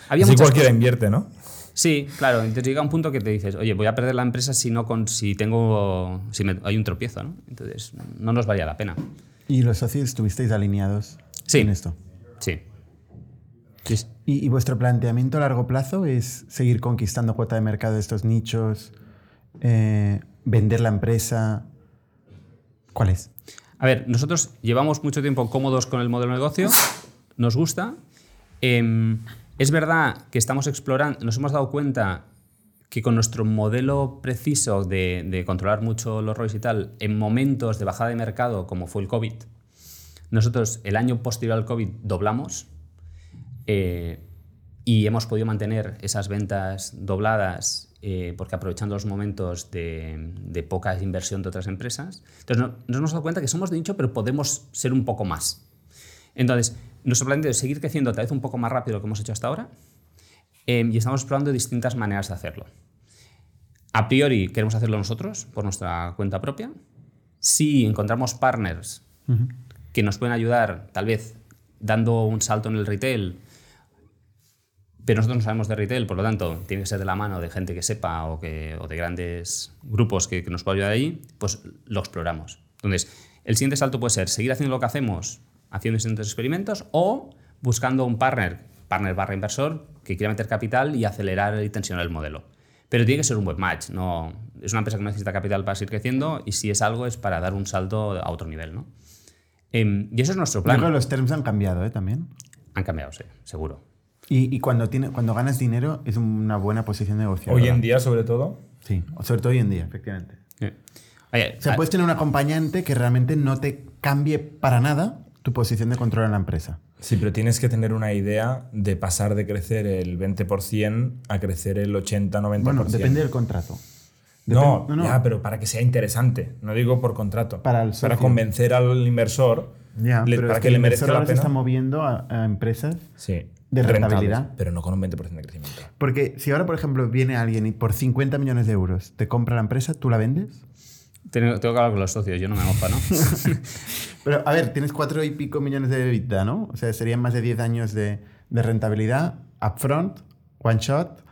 E: había
D: Así
E: muchas
D: cualquiera
E: cosas-
D: invierte, ¿no?
E: Sí, claro. Entonces llega un punto que te dices, oye, voy a perder la empresa si no con, si tengo, si me- hay un tropiezo, ¿no? Entonces, no nos valía la pena.
A: ¿Y los socios estuvisteis alineados
E: Sí.
A: en esto?
E: Sí. Sí, sí.
A: ¿Y, y vuestro planteamiento a largo plazo es seguir conquistando cuota de mercado de estos nichos? eh, ¿Vender la empresa? ¿Cuál es?
E: A ver, nosotros llevamos mucho tiempo cómodos con el modelo de negocio, nos gusta. Em, es verdad que estamos explorando, nos hemos dado cuenta que con nuestro modelo preciso de, de controlar mucho los ROIs y tal, en momentos de bajada de mercado, como fue el COVID, nosotros el año posterior al COVID doblamos eh, y hemos podido mantener esas ventas dobladas eh, porque aprovechando los momentos de, de poca inversión de otras empresas. Entonces no- nos hemos dado cuenta que somos de nicho, pero podemos ser un poco más. Entonces, nuestro plan es seguir creciendo tal vez un poco más rápido de lo que hemos hecho hasta ahora eh, y estamos explorando distintas maneras de hacerlo. A priori queremos hacerlo nosotros por nuestra cuenta propia. Si encontramos partners que nos pueden ayudar, tal vez dando un salto en el retail, pero nosotros no sabemos de retail, por lo tanto, tiene que ser de la mano de gente que sepa o, que, o de grandes grupos que, que nos pueda ayudar ahí, pues lo exploramos. Entonces, el siguiente salto puede ser seguir haciendo lo que hacemos, haciendo distintos experimentos, o buscando un partner, partner barra inversor, que quiera meter capital y acelerar y tensionar el modelo. Pero tiene que ser un buen match, no, es una empresa que no necesita capital para seguir creciendo y si es algo es para dar un salto a otro nivel, ¿no? Em, y eso es nuestro
A: Claro.
E: plan.
A: los terms han cambiado ¿eh? también.
E: Han cambiado, sí, seguro.
A: Y, y cuando, tiene, cuando ganas dinero es una buena posición de negocio.
D: Hoy en día, sobre todo.
A: Sí, sobre todo hoy en día, efectivamente.
E: Oye,
A: O sea,
E: a-
A: puedes tener un acompañante que realmente no te cambie para nada tu posición de control en la empresa.
D: Sí, pero tienes que tener una idea de pasar de crecer el 20% a crecer el 80-90%.
A: Bueno, depende del contrato.
D: No,
A: Depen- no, no.
D: ya, pero para que sea interesante. No digo por contrato.
A: Para el socio.
D: convencer al inversor.
A: Ya,
D: le-
A: pero
D: para
A: es
D: que, le
A: el
D: merezca
A: inversor
D: la
A: ahora se
D: pena.
A: está moviendo a, a empresas.
D: Sí.
A: de
D: rentables,
A: rentabilidad.
D: Pero no con un 20% de crecimiento.
A: Porque si ahora, por ejemplo, viene alguien y por 50 millones de euros te compra la empresa, ¿tú la vendes?
E: Tengo, tengo que hablar con los socios, yo no me mojo, ¿no?
A: Pero, a ver, tienes cuatro y pico millones de EBITDA, ¿no? O sea, serían más de 10 años de, de rentabilidad, upfront, one shot,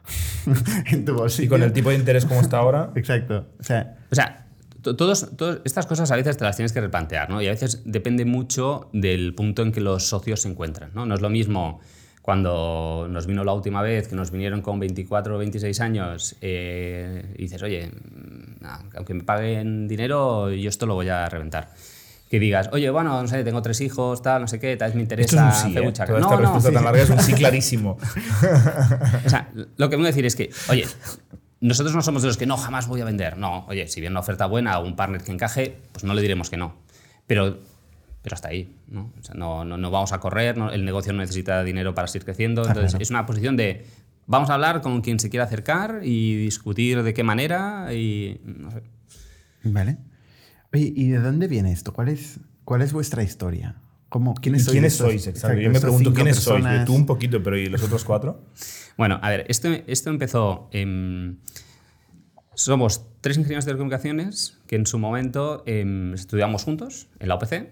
A: en tu bolsillo.
D: Y con el tipo de interés como está ahora,
A: Exacto. O sea,
E: o sea, to- todos, todas estas cosas a veces te las tienes que replantear, ¿no? Y a veces depende mucho del punto en que los socios se encuentran, ¿no? No es lo mismo cuando nos vino la última vez, que nos vinieron con 24 o 26 años, eh, y dices, oye, mm, ah, aunque me paguen dinero, yo esto lo voy a reventar. Que digas, oye, bueno, no sé, tengo tres hijos, tal, no sé qué, tal, vez me
D: esto
E: interesa
D: es un sí.
E: hacer
D: ¿eh?
E: mucha-
D: Toda
E: No,
D: esta
E: no,
D: respuesta
E: sí,
D: tan larga es un sí clarísimo.
E: O sea, lo que vengo a decir es que, oye, nosotros no somos de los que no, jamás voy a vender. No, oye, si viene una oferta buena o un partner que encaje, pues no le diremos que no. Pero, pero hasta ahí, ¿no? O sea, no, no, no vamos a correr, no- el negocio no necesita dinero para seguir creciendo. Entonces, es una posición de vamos a hablar con quien se quiera acercar y discutir de qué manera y. no sé.
A: ¿vale? Oye, ¿y de dónde viene esto? ¿Cuál es, cuál es vuestra historia? ¿Cómo, ¿Quiénes
D: ¿Y
A: sois?
D: ¿Quiénes
A: estos-
D: sois? Exacto. Yo me
A: estos
D: pregunto
A: cinco
D: quiénes sois.
A: personas?
D: Yo, Tú un poquito, pero ¿y los otros cuatro?
E: Bueno, a ver, esto, esto empezó. em, Somos tres ingenieros de comunicaciones que en su momento em, estudiamos juntos en la OPC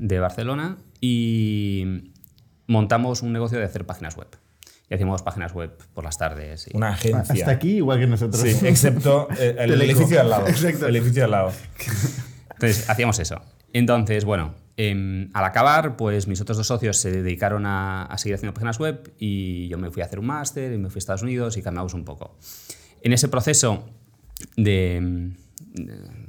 E: de Barcelona y montamos un negocio de hacer páginas web. Y hacíamos páginas web por las tardes. y-
D: Una agencia.
A: Hasta aquí, igual que nosotros.
D: Sí, excepto eh, el,
A: Teleco.
D: edificio de al lado.
A: Exacto.
D: El edificio de al lado.
E: Entonces, hacíamos eso. Entonces, bueno, em, al acabar, pues mis otros dos socios se dedicaron a, a seguir haciendo páginas web y yo me fui a hacer un máster y me fui a Estados Unidos y cambiamos un poco. En ese proceso de... em, de-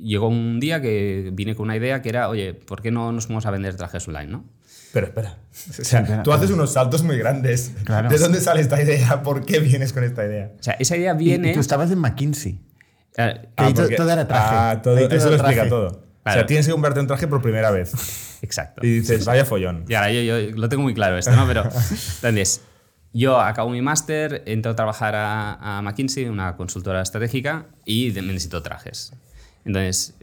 E: Llegó un día que vine con una idea que era, oye, ¿por qué no nos vamos a vender trajes online, no?
D: Pero espera. O sea,
A: espera.
D: tú haces unos saltos muy grandes.
A: Claro.
D: ¿De dónde sale esta idea? ¿Por qué vienes con esta idea?
E: O sea, esa idea
A: Y- y
E: viene...
A: tú estabas en McKinsey.
E: Eh,
A: Que ahí to- todo era traje.
D: Ah, todo-
A: Ahí todo
D: eso lo
A: era traje.
D: explica todo. O sea,
E: Claro.
D: tienes que comprarte un traje por primera vez.
E: exacto.
D: Y dices, vaya follón.
E: Y ahora yo, yo lo tengo muy claro esto, ¿no? Pero, entonces, yo acabo mi máster, entro a trabajar a, a McKinsey, una consultora estratégica, y de- me necesito trajes. Entonces,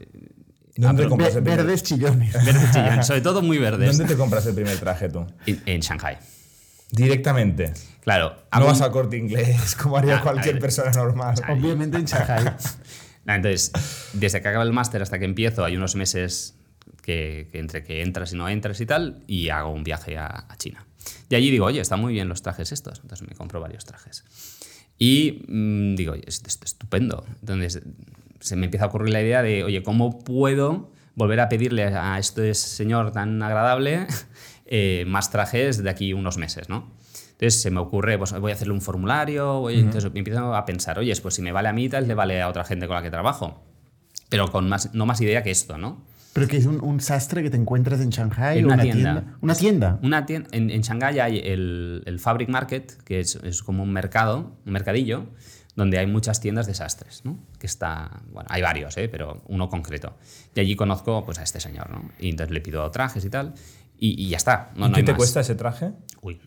D: ¿Dónde, te
E: pero-
D: compras
A: Ve-
D: el primer-
A: verdes chillones.
E: verdes chillón, sobre todo muy verdes,
D: ¿Dónde te compras el primer traje tú?
E: en, en Shanghai.
D: Directamente.
E: Claro.
D: no
E: hago
D: vas
E: un-
D: al corte inglés como haría
E: Ah,
D: cualquier
E: ahí.
D: persona normal.
A: Obviamente en Shanghai.
E: Nah, Ah, Entonces, desde que acaba el máster hasta que empiezo, hay unos meses que, que entre que entras y no entras y tal, y hago un viaje a, a China. Y allí digo, oye, están muy bien los trajes estos. Entonces me compro varios trajes. Y mm, digo, oye, esto es estupendo. Entonces se me empieza a ocurrir la idea de, oye, ¿cómo puedo volver a pedirle a este señor tan agradable eh, más trajes de aquí unos meses, ¿no? Entonces se me ocurre, pues voy a hacerle un formulario, voy- entonces empiezo a pensar, oye, pues si me vale a mí tal, le vale a otra gente con la que trabajo. Pero con más, no más idea que esto, ¿no?
A: Pero que es un, un sastre que te encuentras en Shanghai.
E: En
A: o
E: una
A: una
E: tienda.
A: tienda. Una tienda.
E: Una tien- en, en Shanghái hay el, el Fabric Market, que es, es como un mercado, un mercadillo, donde hay muchas tiendas de sastres, ¿no? Que está, bueno, hay varios, ¿eh? pero uno concreto. Y allí conozco pues, a este señor, ¿no? Y entonces le pido trajes y tal, y, y ya está. No,
D: ¿Y
E: no
D: ¿Qué
E: hay
D: te
E: más.
D: cuesta ese traje?
E: Uy,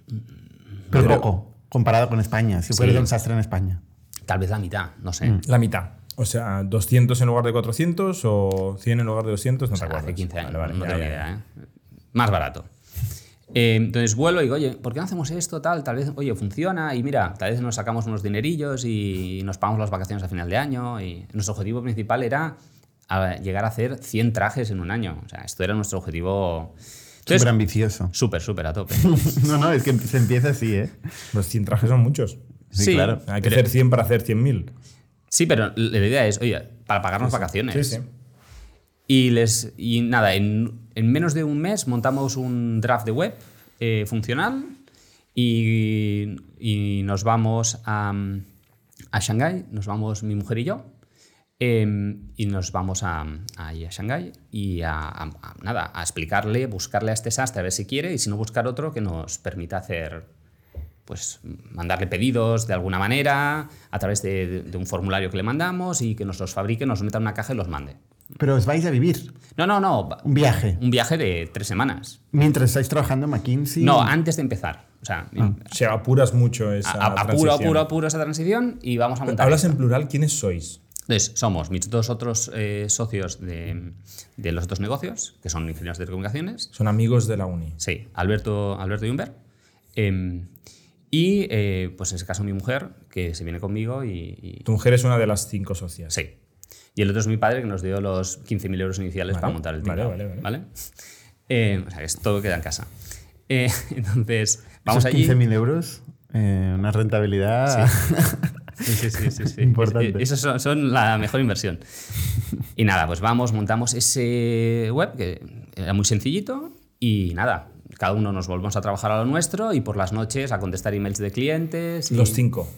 A: Pero, poco. Comparado con España. Si fuera
E: Sí.
A: un sastre en España.
E: tal vez la mitad, no sé.
D: La mitad. O sea, 200 en lugar de 400 o 100 en lugar de 200, no te acuerdas.
E: Hace 15 años,
D: Vale, vale,
E: no
D: ya,
E: tengo
D: ya,
E: ni
D: ya.
E: idea, ¿eh? Más barato. Eh, entonces vuelo y digo, oye, ¿por qué no hacemos esto? Tal, tal vez, oye, funciona y mira, tal vez nos sacamos unos dinerillos y nos pagamos las vacaciones a final de año. Y nuestro objetivo principal era a llegar a hacer 100 trajes en un año. O sea, esto era nuestro objetivo. Entonces,
A: Súper ambicioso.
E: súper, súper a tope.
A: No, no, es que se empieza así, ¿eh?
D: Los 100 trajes son muchos.
E: Sí, claro.
D: Hay que hacer 100 para hacer 100.000.
E: Sí, pero la idea es, oye, para pagarnos vacaciones.
D: Sí, sí.
E: Y, les, y nada, en, en menos de un mes montamos un draft de web eh, funcional y, y nos vamos a, a Shanghái, nos vamos mi mujer y yo, eh, y nos vamos a, ahí a Shanghái y a, a- a- nada, a explicarle, buscarle a este sastre a ver si quiere y si no buscar otro que nos permita hacer pues mandarle pedidos de alguna manera a través de, de- de un formulario que le mandamos y que nos los fabrique, nos los meta en una caja y los mande.
A: Pero os vais a vivir.
E: No, no, no. va-
A: Un viaje.
E: Un viaje de tres semanas.
A: Mientras estáis trabajando en McKinsey.
E: No, antes de empezar. O sea,
D: Se apuras mucho
E: a-
D: esa
E: a- apuro,
D: transición.
E: apuro, apuro esa transición y vamos a montar.
D: Hablas
E: esto.
D: en plural, ¿quiénes sois?
E: Entonces, somos mis dos otros eh, socios de, de los otros negocios, que son ingenieros de telecomunicaciones.
D: Son amigos de la uni.
E: Sí, Alberto, Alberto Jumber. Em, y, eh, pues en ese caso, mi mujer, que se viene conmigo y- y,
D: Tu mujer es una de las cinco socias.
E: Sí. Y el otro es mi padre que nos dio los 15.000 euros iniciales
D: Vale,
E: para montar el
D: vale,
E: tinglado.
D: vale, vale.
E: Eh, o sea, que es todo queda en casa. Eh, entonces, vamos
A: Esos
E: allí.
A: 15.000 euros. eh, una rentabilidad.
E: Sí, sí, sí, sí, sí.
A: Importante.
E: Es- eh, Esas son, son la mejor inversión. Y nada, pues vamos, montamos ese web que era muy sencillito y nada, cada uno nos volvemos a trabajar a lo nuestro y por las noches a contestar emails de clientes. y-
D: Los cinco.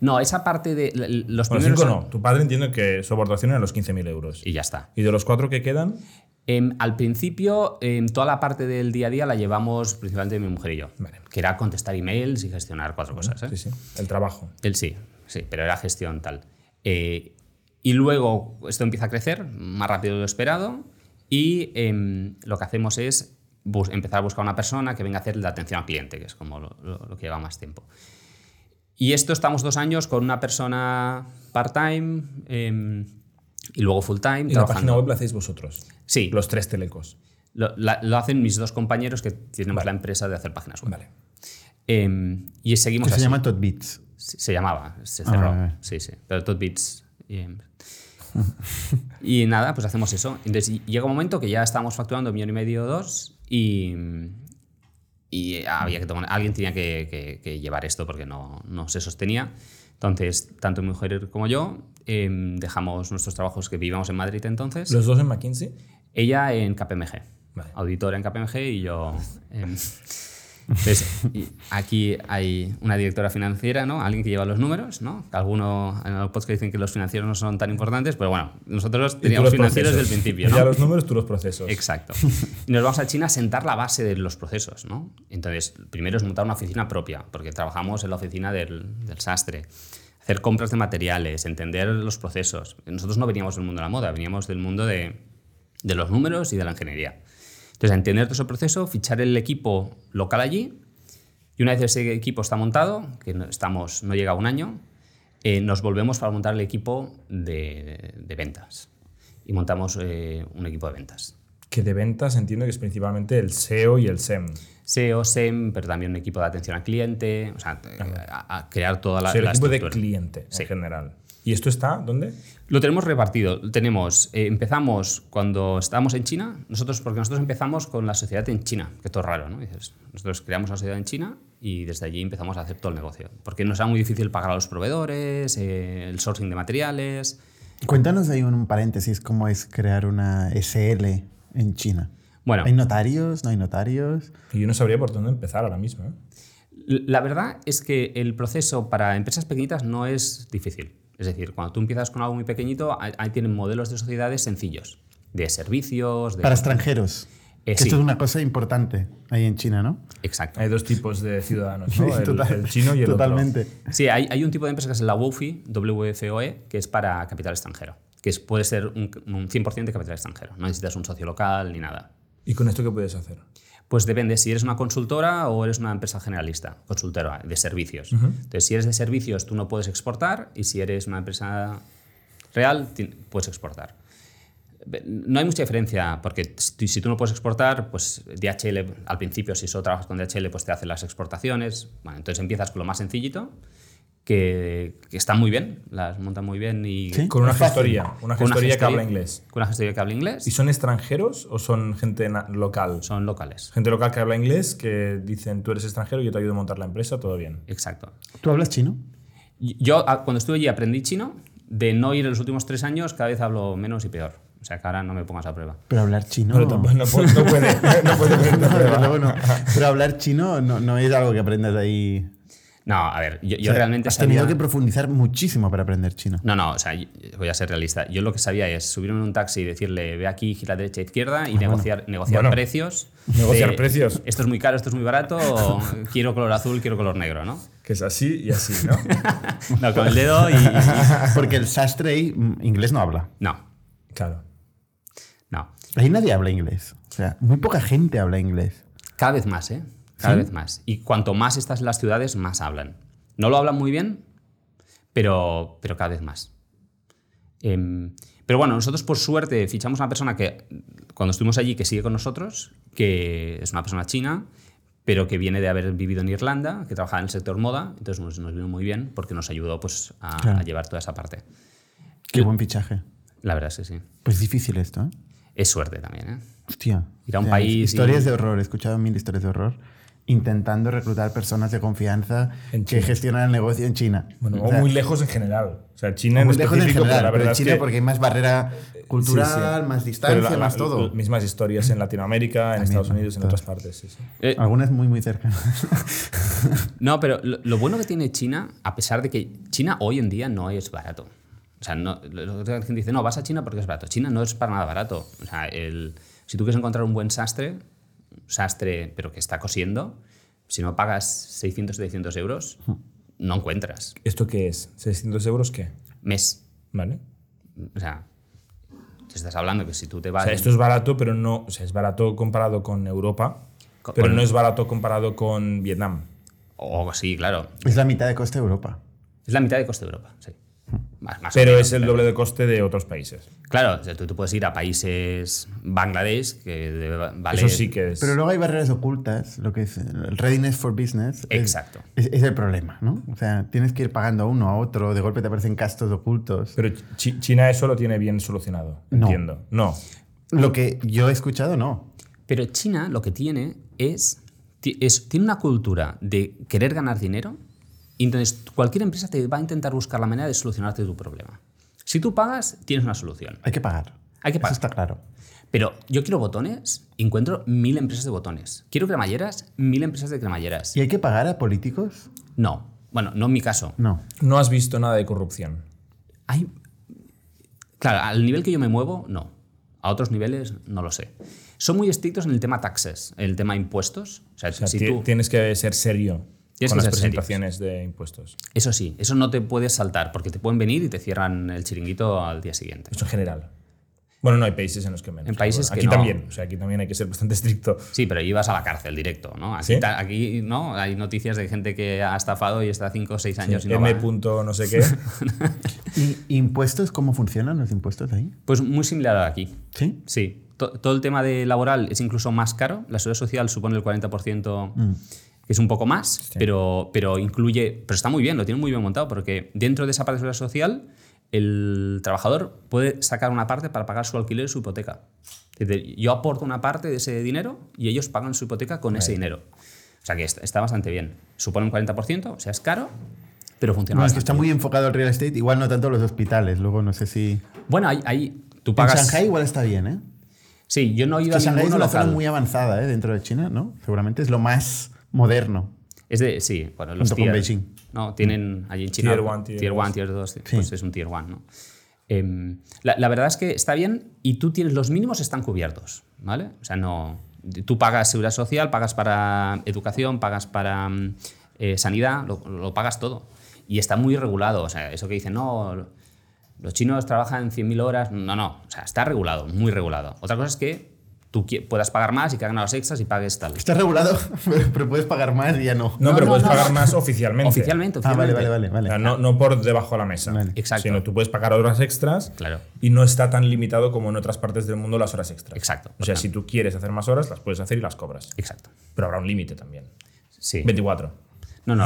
E: No, esa parte de l- l- los
D: Bueno,
E: primeros
D: cinco
E: son-
D: no. Tu padre entiende que su aportación era los 15.000 euros.
E: Y ya está.
D: ¿Y de los cuatro que quedan?
E: Em, al principio, em, toda la parte del día a día la llevamos principalmente mi mujer y yo,
D: Vale.
E: que era contestar emails y gestionar cuatro cosas. ¿eh?
D: Sí, sí. El trabajo.
E: Él sí, sí, pero era gestión tal. Eh, y luego esto empieza a crecer más rápido de lo esperado y em, lo que hacemos es bus- empezar a buscar una persona que venga a hacer la atención al cliente, que es como lo, lo- lo que lleva más tiempo. Y esto estamos dos años con una persona part-time em, y luego full-time.
D: Y la página web la hacéis vosotros.
E: Sí,
D: Los tres telecos.
E: lo, la- lo hacen mis dos compañeros que tenemos la empresa de hacer páginas web.
D: Vale.
E: Em, y seguimos
A: que se
E: así.
A: llama Tot Beats.
E: Se- se llamaba, se cerró.
A: vale.
E: Sí, sí. Pero Totbits James. y nada, pues hacemos eso. Entonces y- llega un momento que ya estábamos facturando un millón y medio o dos y, y había que tomar, alguien tenía que, que- que llevar esto porque no, no se sostenía. Entonces, tanto mi mujer como yo em, dejamos nuestros trabajos que vivíamos en Madrid entonces.
D: ¿Los dos en McKinsey?
E: Ella en KPMG,
D: Vale.
E: auditora en KPMG y yo... em, entonces, y aquí hay una directora financiera, ¿no? Alguien que lleva los números, ¿no? Algunos en los podcasts dicen que los financieros no son tan importantes, pero bueno, nosotros
D: Y tú
E: teníamos
D: los
E: financieros
D: procesos.
E: desde el principio, ¿no?
D: Ella los números, tú los procesos.
E: Exacto. Y nos vamos a China a sentar la base de los procesos, ¿no? Entonces, primero es montar una oficina propia, porque trabajamos en la oficina del, del sastre. Hacer compras de materiales, entender los procesos. Nosotros no veníamos del mundo de la moda, veníamos del mundo de, de los números y de la ingeniería. Entonces, a entender todo ese proceso, fichar el equipo local allí, y una vez ese equipo está montado, que no, estamos, no llega a un año, eh, nos volvemos para montar el equipo de, de ventas. Y montamos eh, un equipo de ventas.
D: Que de ventas entiendo que es principalmente el SEO y el E SEM.
E: SEO, SEM, pero también un equipo de atención al cliente, o sea, a, a crear toda la,
D: o sea, el
E: la
D: equipo de
E: estructura.
D: cliente
E: Sí.
D: en general. ¿Y esto está dónde?
E: Lo tenemos repartido. Tenemos, eh, empezamos cuando estábamos en China, nosotros, porque nosotros empezamos con la sociedad en China, que esto es raro, ¿no? Dices, nosotros creamos la sociedad en China y desde allí empezamos a hacer todo el negocio, porque nos era muy difícil pagar a los proveedores, eh, el sourcing de materiales.
A: Cuéntanos ahí un paréntesis cómo es crear una SL en China.
E: Bueno.
A: ¿Hay notarios? ¿No hay notarios?
D: Y yo no sabría por dónde empezar ahora mismo. ¿eh?
E: La verdad es que el proceso para empresas pequeñitas no es difícil. Es decir, cuando tú empiezas con algo muy pequeñito, ahí ahí tienen modelos de sociedades sencillos, de servicios, de...
A: Para extranjeros.
E: Eh,
A: que
E: sí.
A: Esto es una cosa importante ahí en China, ¿no?
E: Exacto.
D: Hay dos tipos de ciudadanos, ¿no? el,
A: Total-
D: el chino y el
A: Totalmente.
D: otro.
E: Sí, hay, hay un tipo de empresa que es la WFOE, WFOE, E, que es para capital extranjero, que es- puede ser un, un 100% de capital extranjero. No necesitas un socio local ni nada.
D: ¿Y con esto qué puedes hacer?
E: Pues depende si eres una consultora o eres una empresa generalista, consultora de servicios. Entonces, si eres de servicios, tú no puedes exportar y si eres una empresa real, ti- puedes exportar. Ve- No hay mucha diferencia, porque si si tú no puedes exportar, pues DHL, al principio, si solo trabajas con DHL, pues te hace las exportaciones. Bueno, entonces empiezas con lo más sencillito, que, que están muy bien, las montan muy bien y...
A: Sí.
D: Con una
A: Es fácil.
D: gestoría, una
E: con una
D: gestoría que
E: gestoría-
D: habla inglés.
E: Con una gestoría que habla inglés.
D: ¿Y son extranjeros o son gente na- local?
E: son locales.
D: Gente local que habla inglés, que dicen tú eres extranjero, yo te ayudo a montar la empresa, todo bien.
E: Exacto.
A: ¿Tú hablas chino?
E: Yo a- cuando estuve allí aprendí chino, de no ir en los últimos tres años cada vez hablo menos y peor. O sea que ahora no me pongas a prueba.
A: Pero hablar chino.
D: Pero tampoco- no, puede, no puede, no puede ponerte a
A: No,
D: prueba.
A: desde luego no. Pero hablar chino no, no es algo que aprendas ahí.
E: No, a ver, yo, yo
A: O sea,
E: realmente
A: Has tenido
E: sabía-
A: que profundizar muchísimo para aprender chino.
E: No, no, o sea, yo- voy a ser realista. Yo lo que sabía es subirme en un taxi y decirle, ve aquí, gira derecha,
A: Ah,
E: e izquierda y negociar, negociar
D: Bueno.
E: precios.
D: Negociar
E: de,
D: precios.
E: Esto es muy caro, esto es muy barato, o quiero color azul, quiero color negro, ¿no?
D: Que es así y así, ¿no?
E: No, con el dedo y... y-
A: Porque el sastre ahí mm, inglés no habla.
E: No,
D: claro.
E: no.
A: Ahí nadie habla inglés. O sea, muy poca gente habla inglés.
E: Cada vez más, ¿eh? Cada vez más. Y cuanto más estás en las ciudades, más hablan. No lo hablan muy bien, pero, pero cada vez más. Em, pero bueno, nosotros por suerte fichamos una persona que cuando estuvimos allí, que sigue con nosotros, que es una persona china, pero que viene de haber vivido en Irlanda, que trabajaba en el sector moda, entonces nos, nos vino muy bien porque nos ayudó pues, a,
A: Claro.
E: a llevar toda esa parte.
A: Qué buen fichaje.
E: La verdad es que sí.
A: Pues difícil esto, ¿eh?
E: Es suerte también, ¿eh?
A: Hostia.
E: Ir a un país
A: Historias
E: y-
A: de horror. He escuchado mil historias de horror. Intentando reclutar personas de confianza
D: En
A: que
D: China.
A: gestionan el negocio en China.
D: Bueno,
A: O
D: o
A: sea,
D: muy lejos en general. O sea, China en
A: muy lejos en
D: específico, pero
A: general,
D: la
A: pero
D: verdad
A: en
D: es
A: China
D: que-
A: porque hay más barrera cultural, más distancia,
D: Pero la- la-
A: más todo.
D: l- Mismas historias en Latinoamérica, en Estados Unidos, en otras partes. sí, sí.
E: Eh,
A: Algunas muy, muy cercanas.
E: No, pero lo, lo bueno que tiene China, a pesar de que China hoy en día no es barato. O sea, no, lo- lo que la gente dice, no, vas a China porque es barato. China no es para nada barato. O sea, el- si tú quieres encontrar un buen sastre, un sastre pero que está cosiendo, si no pagas 600, 700 euros,
D: Hmm.
E: no encuentras.
D: ¿Esto qué es? ¿600 euros qué?
E: Mes.
D: ¿Vale?
E: O sea, te estás hablando que si tú te
D: O
E: vas...
D: sea, esto es barato, pero no. O sea, es barato comparado con Europa,
E: Co-
D: pero
E: con-
D: no es barato comparado con Vietnam.
E: O sí, claro.
A: es la mitad de coste de Europa.
E: Es la mitad de coste de Europa, sí. Más,
A: Ah,
E: más o
D: Pero
E: menos,
D: es el doble de coste de otros países.
E: Claro, o sea, tú, tú puedes ir a países Bangladesh que debe va- valer.
D: Eso sí que es.
A: Pero luego hay barreras ocultas, lo que es el readiness for business. es-
E: Exacto.
A: Es, es el problema, ¿no? O sea, tienes que ir pagando a uno, a otro, de golpe te aparecen gastos ocultos.
D: Pero Chi- China eso lo tiene bien solucionado.
A: No.
D: Entiendo. No.
A: Lo que yo he escuchado, no.
E: Pero China lo que tiene es, ti- es- Tiene una cultura de querer ganar dinero y entonces cualquier empresa te va a intentar buscar la manera de solucionarte tu problema. Si tú pagas, tienes una solución.
A: Hay que pagar.
E: Hay que pagar.
A: Eso está claro.
E: Pero yo quiero botones, y encuentro mil empresas de botones. Quiero cremalleras, mil empresas de cremalleras.
A: ¿Y hay que pagar a políticos?
E: No, bueno, no en mi caso.
A: No.
D: No has visto nada de corrupción.
E: Hay... Claro, al nivel que yo me muevo, no. A otros niveles, no lo sé. Son muy estrictos en el tema taxes, en el tema impuestos. O sea,
D: O sea,
E: si
D: ti-
E: tú...
D: tienes que ser serio
E: Tienes
D: con
E: que ser
D: las
E: serios.
D: presentaciones de impuestos.
E: Eso sí, eso no te puedes saltar, porque te pueden venir y te cierran el chiringuito al día siguiente.
D: Eso en general. Bueno, no hay países en los que menos.
E: En países
D: pero
E: que
D: aquí
E: no.
D: también. O sea, aquí también hay que ser bastante estricto.
E: Sí, pero ibas a la cárcel directo, ¿no? Aquí,
D: ¿Sí?
E: ta- aquí, no hay noticias de gente que ha estafado y está 5 o 6 años y no
D: M.
E: va.
D: punto no sé qué.
A: ¿Y impuestos? ¿Cómo funcionan los impuestos ahí?
E: Pues muy similar a aquí.
A: ¿Sí?
E: Sí, to- todo el tema de laboral es incluso más caro. La seguridad social supone el 40%,
A: Mm.
E: que es un poco más, pero, pero incluye. Pero está muy bien, lo tiene muy bien montado, porque dentro de esa parte de seguridad social, el trabajador puede sacar una parte para pagar su alquiler y su hipoteca. Es decir, Yo aporto una parte de ese dinero y ellos pagan su hipoteca con ese dinero. O sea que está, está bastante bien. Supone un 40%, o sea, es caro, pero funciona
A: No, es que
E: bastante
A: está muy enfocado al real estate, igual no tanto los hospitales. Luego no sé si.
E: bien. Bueno, ahí, ahí tú
A: En
E: pagas.
A: Shanghai igual está bien, ¿eh?
E: Sí, yo no he
A: Es
E: ido
A: que
E: a
A: Shanghái es
E: ninguno
A: una zona
E: local.
A: muy avanzada ¿eh? dentro de China, ¿no? Seguramente es lo más moderno.
E: Es de, sí, bueno, los
A: Junto con
E: tier,
A: Beijing. Mm.
E: No, tienen allí en China.
D: Tier one, tier dos.
E: 2. Pues es un tier 1, ¿no? Em, la, la verdad es que está bien y tú tienes los mínimos están cubiertos, ¿vale? O sea, no. Tú pagas seguridad social, pagas para educación, pagas para mm, eh, sanidad, lo, lo pagas todo. Y está muy regulado. O sea, eso que dicen, no, los chinos trabajan 100.000 horas. No, no. O sea, está regulado, muy regulado. Otra cosa es que tú qui- puedas pagar más y que hagan horas extras y pagues tal.
A: Está regulado, pero puedes pagar más y ya no.
D: No,
E: No,
D: pero
E: no,
D: puedes
E: no.
D: pagar más oficialmente.
E: Oficialmente,
A: Ah,
E: oficialmente.
A: vale, vale, vale.
D: O
A: vale.
D: sea, no, no por debajo de la mesa.
A: Vale.
E: Exacto.
D: Sino tú puedes pagar horas extras
E: Claro.
D: y no está tan limitado como en otras partes del mundo las horas extras.
E: Exacto.
D: O sea, si tú quieres hacer más horas, las puedes hacer y las cobras.
E: Exacto.
D: Pero habrá un límite también.
E: Sí.
D: 24.
E: No, no,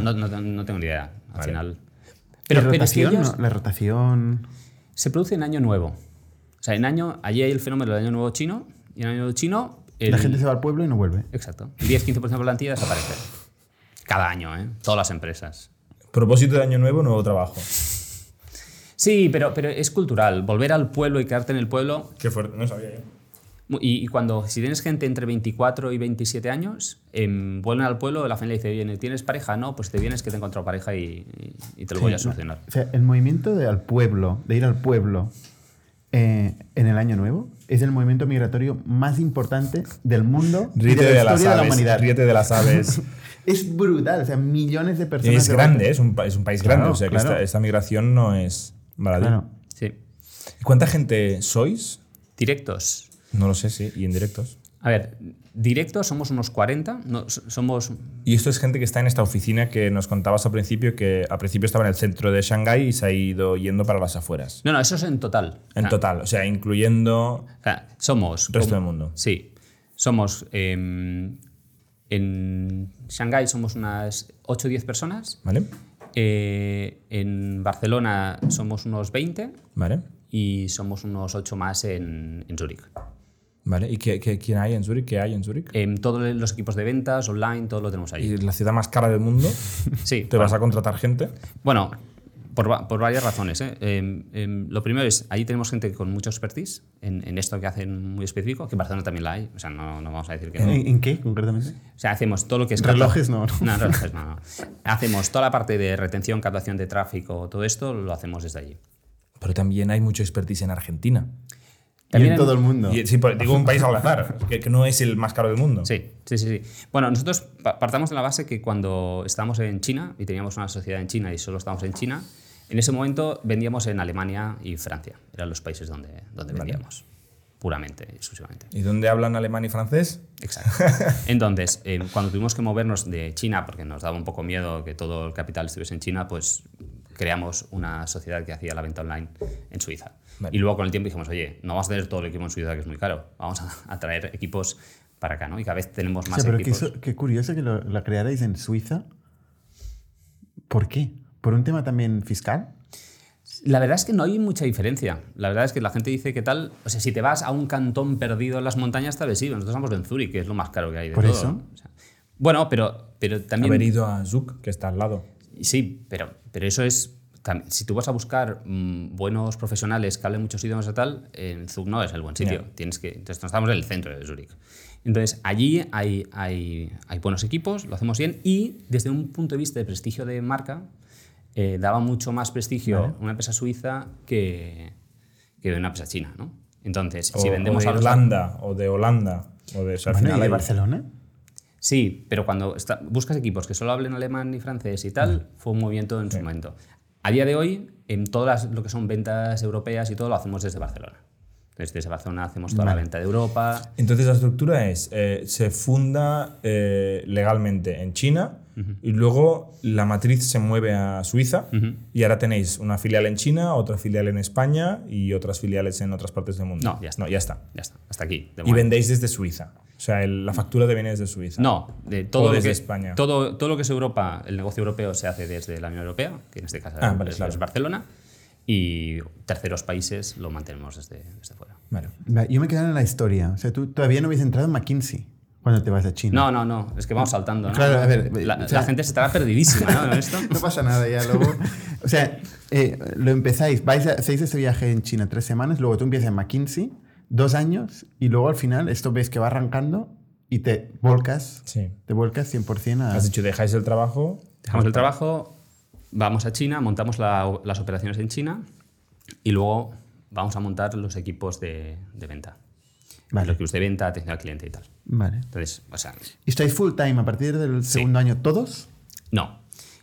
E: no, no, no- no tengo ni idea. Al
D: Vale.
E: final.
A: ¿Y
E: Pero, pero es que
A: rotación,
E: ellos
A: no? la rotación.
E: se produce en año nuevo. O sea, en año. Allí hay el fenómeno del año nuevo chino. Y en año nuevo chino. el-
A: La gente se va al pueblo y no vuelve.
E: Exacto. 10-15% de la plantilla desaparece. Cada año, ¿eh? Todas las empresas.
D: Propósito de año nuevo, nuevo trabajo.
E: Sí, pero, pero es cultural. Volver al pueblo y quedarte en el pueblo.
D: Qué fuerte, no sabía yo.
E: Y, y cuando, si tienes gente entre 24 y 27 años, em, vuelven al pueblo, la familia dice, viene, ¿tienes pareja? No, pues te vienes que te he encontrado pareja y, y- y te lo voy a
A: Sí,
E: solucionar.
A: O sea, el movimiento de al pueblo, de ir al pueblo eh, en el año nuevo, es el movimiento migratorio más importante del mundo y
D: Ríete
A: de
D: de,
A: la
D: las
A: historia de la
D: aves.
A: humanidad.
D: ríete de las aves.
A: Es brutal, o sea, millones de
D: Y
A: personas.
D: es
A: de
D: grande,
A: golpe.
D: es un, pa- es un país
A: Claro,
D: grande. O sea, que
A: claro.
D: esta, esta migración no es baladí.
A: Claro.
E: Sí.
D: ¿Cuánta gente sois?
E: Directos.
D: No lo sé, sí, y en directos.
E: A ver, directos somos unos 40, no, s- somos...
D: Y esto es gente que está en esta oficina que nos contabas al principio, que al principio estaba en el centro de Shanghái y se ha ido yendo para las afueras.
E: No, no, eso es en total.
D: En
E: Ah,
D: total, o sea, incluyendo
E: o sea, somos...
D: el resto
E: como-
D: del mundo.
E: Sí, somos... em, en Shanghái somos unas 8 o 10 personas,
D: ¿Vale?
E: eh, en Barcelona somos unos 20
D: ¿Vale?
E: y somos unos 8 más en, en Zúrich.
D: ¿Vale? ¿Y qué, qué- quién hay en Zurich? ¿Qué hay en Zurich?
E: Em, todos los equipos de ventas, online, todo lo tenemos ahí.
D: Y la ciudad más cara del mundo.
E: Sí,
D: ¿Te vas a contratar gente?
E: Bueno, por, va- por varias razones. ¿eh? Em, em, lo primero es, ahí tenemos gente con mucha expertise en, en esto que hacen muy específico, que en Barcelona también la hay, o sea, no, no vamos a decir que
A: ¿En,
E: no.
A: en qué concretamente?
E: O sea, hacemos todo lo que es...
A: Relojes no, ¿no?
E: No, relojes no, no. Hacemos toda la parte de retención, captación de tráfico, todo esto lo hacemos desde allí.
D: Pero también hay mucho expertise en Argentina.
A: y en
E: hay-
A: todo el mundo.
D: Y- sí, pero digo un país al azar, que, que no es el más caro del mundo.
E: Sí, sí, sí, sí. Bueno, nosotros pa- partamos de la base que cuando estábamos en China y teníamos una sociedad en China y solo estábamos en China, en ese momento vendíamos en Alemania y Francia. Eran los países donde, donde vendíamos. Puramente, exclusivamente.
D: ¿Y dónde hablan alemán y francés?
E: Exacto. Entonces, eh, cuando tuvimos que movernos de China, porque nos daba un poco miedo que todo el capital estuviese en China, pues creamos una sociedad que hacía la venta online en Suiza.
D: Vale.
E: Y luego con el tiempo dijimos, oye, no vamos a tener todo el equipo en Suiza, que es muy caro. Vamos a, a traer equipos para acá, ¿no? Y cada vez tenemos más
A: o sea, pero qué,
E: equipos.
A: so- qué curioso que lo, la crearais en Suiza. ¿Por qué? ¿Por un tema también fiscal?
E: La verdad es que no hay mucha diferencia. La verdad es que la gente dice que tal. O sea, si te vas a un cantón perdido en las montañas, tal vez sí. Nosotros estamos en Zurich, que es lo más caro que hay de
A: Por
E: todo.
A: eso.
E: O sea, bueno, pero, pero también.
D: Haber ido a Zug, que está al lado.
E: Sí, pero, pero eso es. tam- Si tú vas a buscar mm, buenos profesionales que hablen muchos idiomas o tal, en Zug no es el buen sitio.
D: Ya.
E: Tienes que, entonces, nos estamos en el centro de Zúrich. Entonces, allí hay, hay, hay buenos equipos, lo hacemos bien y desde un punto de vista de prestigio de marca, eh, daba mucho más prestigio una empresa suiza que, que una empresa china. ¿no? Entonces,
D: O,
E: si
D: o
E: vendemos
D: de
E: a los-
D: Irlanda, o de Holanda, o de... o sea, al
A: Bueno, ¿y
D: final
A: de
D: hay-
A: Barcelona?
E: Sí, pero cuando está- buscas equipos que solo hablen alemán y francés y tal, fue un movimiento en su momento. A día de hoy, en todas las- lo que son ventas europeas y todo, lo hacemos desde Barcelona. Entonces, desde Barcelona hacemos toda la venta de Europa.
D: Entonces la estructura es, eh, se funda eh, legalmente en China y luego la matriz se mueve a Suiza y ahora tenéis una filial en China, otra filial en España y otras filiales en otras partes del mundo.
E: No, ya está. Ya está, hasta aquí. de
D: Y
E: momento.
D: vendéis desde Suiza. O sea, el- la factura te viene desde Suiza.
E: No, de todo, lo
D: desde
E: que,
D: España.
E: Todo, todo lo que es Europa, el negocio europeo se hace desde la Unión Europea, que en este caso
D: Ah,
E: es-
D: vale,
E: es,
D: claro.
E: Barcelona, y terceros países lo mantenemos desde, desde fuera.
D: Vale.
A: Va, Yo me quedé en la historia. O sea, tú todavía no habías entrado en McKinsey cuando te vas a China.
E: No, no, no, es que vamos saltando. ¿no?
A: Claro, a ver,
E: la,
D: eh,
A: o
E: la
A: sea-
E: gente se estará perdidísima, ¿no? En esto.
A: No pasa nada ya, luego. O sea, eh, lo empezáis, vais a- hacéis ese viaje en China tres semanas, luego tú empiezas en McKinsey, dos años, y luego al final esto ves que va arrancando y te volcas,
D: Sí.
A: te volcas 100%
E: Ah.
A: a...
D: Has dicho, dejáis el trabajo.
E: Dejamos el trabajo, vamos a China, montamos la- las operaciones en China y luego vamos a montar los equipos de, de venta.
A: Vale.
E: Los equipos de venta, atención al cliente y tal.
A: Vale.
E: Entonces, o sea,
A: ¿Y estáis full time a partir del segundo año todos?
E: no.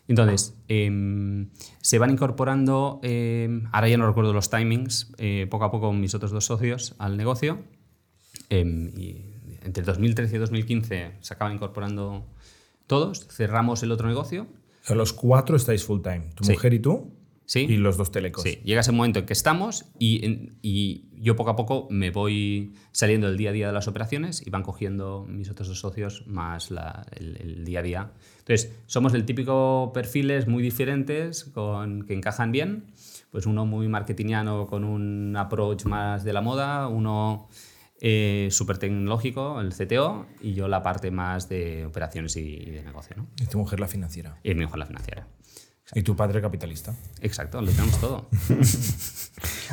E: Entonces, em, se van incorporando, em, ahora ya no recuerdo los timings, eh, poco a poco mis otros dos socios al negocio. Em, y entre 2013 y 2015 se acaban incorporando todos, cerramos el otro negocio
D: O sea, los cuatro estáis full time. Tu
E: Sí.
D: mujer y tú.
E: Sí.
D: Y los dos telecos.
E: Sí, llega ese momento en que estamos y, en- y yo poco a poco me voy saliendo del día a día de las operaciones y van cogiendo mis otros dos socios más la- el, el día a día. Entonces, somos el típico perfiles muy diferentes con, que encajan bien. Pues uno muy marketingiano con un approach más de la moda, uno eh, súper tecnológico, el CTO, y yo la parte más de operaciones y, y de negocio. ¿no?
D: Y tu mujer la financiera.
E: Y mi hijo en la financiera.
D: Y tu padre capitalista.
E: Exacto, lo tenemos todo.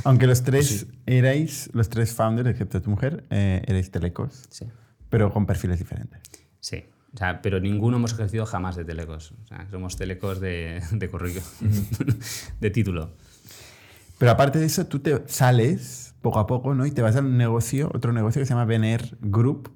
A: Aunque los tres erais, los tres founders, excepto tu mujer, eh, erais telecos,
E: Sí.
A: pero con perfiles diferentes.
E: Sí, o sea, pero ninguno hemos ejercido jamás de telecos. O sea, somos telecos de, de currículum, de título.
A: Pero aparte de eso, tú te sales poco a poco, ¿no? Y te vas a un negocio, otro negocio que se llama Vener Group,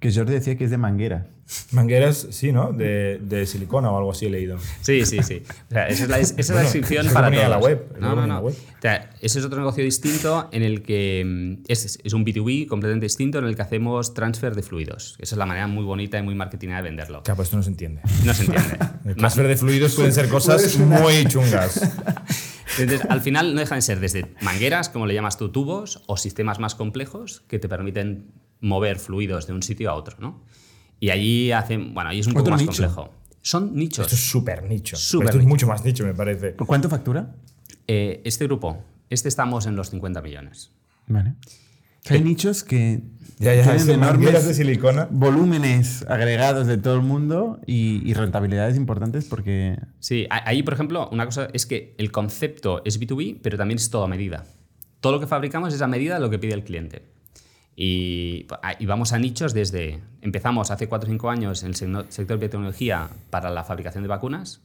A: que Jordi decía que es de manguera.
D: Mangueras, sí, ¿no? De, de silicona o algo así he leído.
E: Sí, sí, sí. O sea, esa es la, esa es la
D: Bueno,
E: descripción
D: eso
E: para
D: ponía
E: todos.
D: en la web, eso
E: No, no,
D: ponía en
E: no.
D: la web.
E: O sea, ese es otro negocio distinto en el que mm, es, es un B2B completamente distinto en el que hacemos transfer de fluidos. Esa es la manera muy bonita y muy marketingera de venderlo.
D: Claro, pues esto no se entiende.
E: No se entiende.
D: El transfer de fluidos pueden ser
A: Pues,
D: cosas muy chungas.
E: Entonces, al final no dejan de ser desde mangueras, como le llamas tú, tubos, o sistemas más complejos que te permiten mover fluidos de un sitio a otro, ¿no? Y allí hacen, bueno, allí es un poco
A: Otro
E: más
A: nicho.
E: complejo. Son nichos.
D: Esto es súper nicho.
E: Súper
D: esto es
E: nicho.
D: mucho más nicho, me parece.
A: ¿Por cuánto factura?
E: Eh, este grupo, este estamos en los 50 millones.
A: Vale. O sea, Hay nichos que
D: Ya, ya, es
A: tienen
D: de mangueras de
A: enormes
D: silicona.
A: volúmenes agregados de todo el mundo y, y rentabilidades importantes porque...
E: Sí, a- ahí, por ejemplo, una cosa es que el concepto es B2B, pero también es todo a medida. Todo lo que fabricamos es a medida de lo que pide el cliente. Y, ah, y vamos a nichos desde. Empezamos hace 4 o 5 años en el seno- sector biotecnología para la fabricación de vacunas.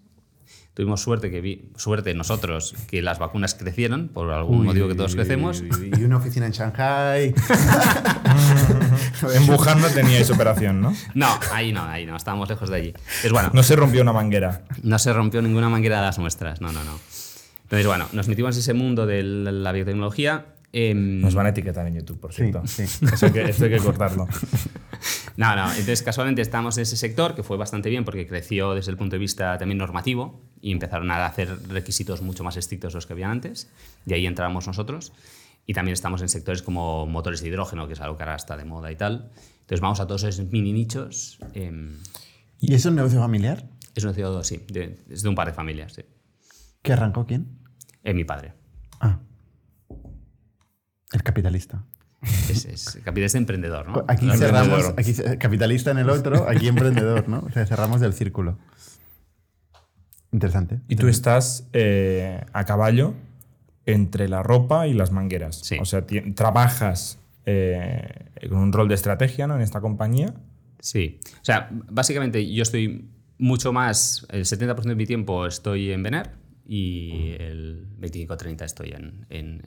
E: Tuvimos suerte, que vi- suerte nosotros que las vacunas crecieron, por algún motivo que todos crecemos.
A: Y una oficina en Shanghai.
D: En Wuhan no teníais operación, ¿no?
E: No, ahí no, ahí no, estábamos lejos de allí. Es bueno.
D: No se rompió una manguera.
E: No se rompió ninguna manguera de las nuestras, no, no, no. Entonces, bueno, nos metimos en ese mundo de la biotecnología. em,
D: Nos van a etiquetar en YouTube, por
A: Sí,
D: cierto.
A: sí.
D: Eso hay que- esto hay que cortarlo.
E: No, no, entonces casualmente estamos en ese sector que fue bastante bien porque creció desde el punto de vista también normativo y empezaron a hacer requisitos mucho más estrictos los que había antes y ahí entramos nosotros. Y también estamos en sectores como motores de hidrógeno, que es algo que ahora está de moda y tal. Entonces vamos a todos esos mini nichos. em,
A: ¿Y es un negocio familiar?
E: es un CO2, sí, de- es de un par de familias. Sí.
A: ¿Que arrancó quién?
E: Es mi padre.
A: Ah. El capitalista.
E: Es, es capitalista emprendedor, ¿no?
A: Aquí
E: Lo
A: cerramos,
E: Ah, emprendedor.
A: aquí, ce- capitalista en el otro, aquí emprendedor, ¿no? O sea, cerramos el círculo. Interesante.
D: Y tú estás eh, a caballo entre la ropa y las mangueras.
E: Sí.
D: O sea, ti- trabajas eh, con un rol de estrategia ¿no? en esta compañía.
E: Sí. O sea, básicamente yo estoy mucho más, el 70% de mi tiempo estoy en Vener y el 25-30 estoy en, en-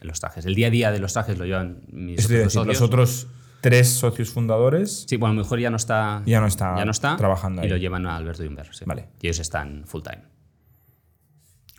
E: en los trajes. El día a día de los trajes lo llevan mis
D: Es decir,
E: otros dos
D: los
E: socios.
D: otros tres socios fundadores.
E: Sí, bueno, a lo mejor ya no está,
D: Ya no está
E: ya no está
D: trabajando
E: y
D: ahí.
E: lo llevan a Alberto Jumber. sí.
D: Vale.
E: Y ellos están full time.